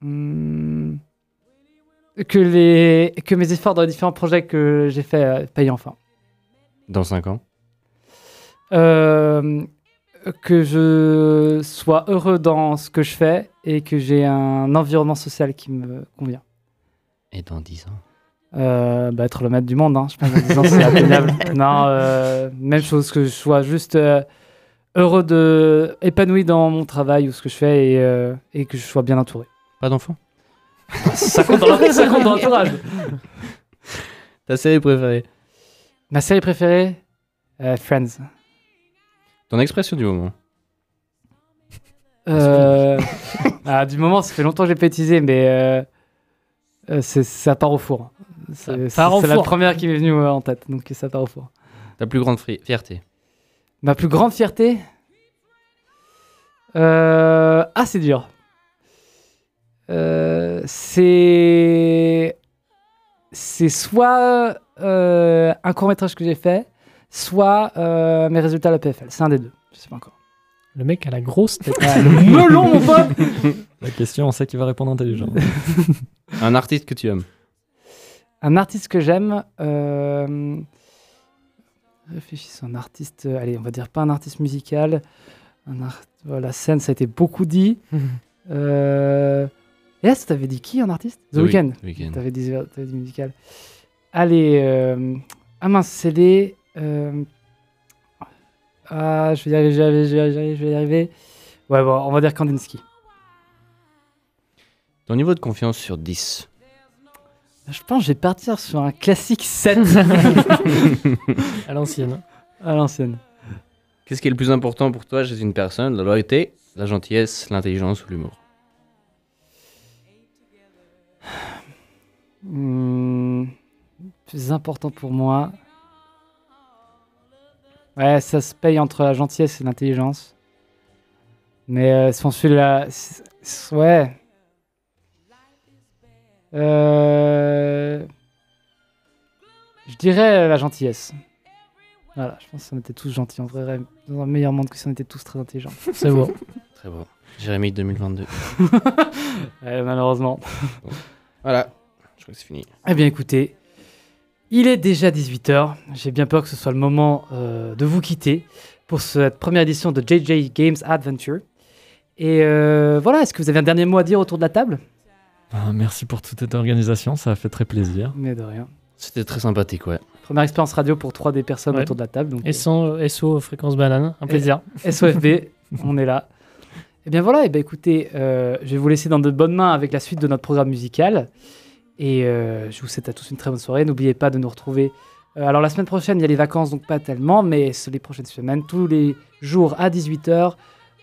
hmm, Que, les, que mes efforts dans les différents projets que j'ai fait euh, payent enfin.
Dans 5 ans.
Euh, que je sois heureux dans ce que je fais et que j'ai un environnement social qui me convient.
Et dans 10 ans.
Euh, bah, être le maître du monde, hein. je pense qu'en 10 ans, c'est atteignable. Non, euh, même chose que je sois juste euh, heureux, de, épanoui dans mon travail ou ce que je fais et, euh, et que je sois bien entouré.
Pas d'enfant
Ça compte dans, ça compte dans l'entourage.
Ta série préférée.
Ma série préférée euh, Friends.
Ton expression du moment.
Euh, ah, du moment, ça fait longtemps que j'ai pas utilisé, mais euh, euh, c'est- ça part au four. C'est c'est-
part au
c'est la
four.
première qui m'est venue euh, en tête, donc ça part au four.
Ta plus grande fri- fierté.
Ma plus grande fierté euh... Ah, c'est dur. Euh, C'est. C'est soit euh, un court métrage que j'ai fait, soit euh, mes résultats à la PFL. C'est un des deux. Je sais pas encore.
Le mec a la grosse tête.
Ah, le melon, mon pote
La question, on sait qu'il va répondre intelligent.
Un artiste que tu aimes.
Un artiste que j'aime. Euh... Réfléchissons, un artiste. euh, Allez, on va dire pas un artiste musical. Un art... voilà, scène, ça a été beaucoup dit. euh... Et là, t'avais dit qui en artiste The,
The Week-
Weeknd.
The Weeknd.
T'avais dit, t'avais dit musical. Allez, euh... ah mince, c'est les. euh, Ah, je vais y arriver, je vais y arriver, je vais y arriver, je vais y arriver. Ouais, bon, on va dire Kandinsky.
Ton niveau de confiance sur 10.
Je pense que je vais partir sur un classique 7.
À l'ancienne.
à l'ancienne.
Qu'est-ce qui est le plus important pour toi chez une personne La loyauté, la gentillesse, l'intelligence ou l'humour
Hmm, plus important pour moi. Ouais, ça se paye entre la gentillesse et l'intelligence. Mais euh, si on suit la. s- s- Ouais. Euh, Je dirais la gentillesse. Voilà, je pense qu'on était tous gentils. On vrai dans un meilleur monde que si on était tous très intelligents.
C'est beau.
Très beau. Jérémy 2022.
Ouais, malheureusement.
voilà. Je crois que c'est fini.
Eh bien, écoutez, il est déjà 18h. J'ai bien peur que ce soit le moment euh, de vous quitter pour cette première édition de JJ Games Adventure. Et euh, voilà, est-ce que vous avez un dernier mot à dire autour de la table
Ah, merci pour toute cette organisation, ça a fait très plaisir.
Mais de rien.
C'était très sympathique, ouais.
Première expérience radio pour trois des personnes
Ouais.
autour de la table. Donc,
Et son euh, SO fréquence banane, un plaisir.
Et- SOFB, on est là. Eh bien voilà, eh bien, écoutez, euh, je vais vous laisser dans de bonnes mains avec la suite de notre programme musical. Et euh, je vous souhaite à tous une très bonne soirée. N'oubliez pas de nous retrouver. euh, alors la semaine prochaine, il y a les vacances, donc pas tellement, mais c'est les prochaines semaines, tous les jours à 18h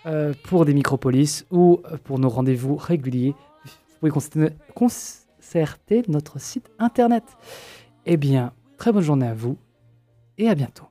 euh, pour des micropolis ou euh, pour nos rendez-vous réguliers. Vous pouvez concerter, concerter notre site internet. Eh bien, très bonne journée à vous et à bientôt.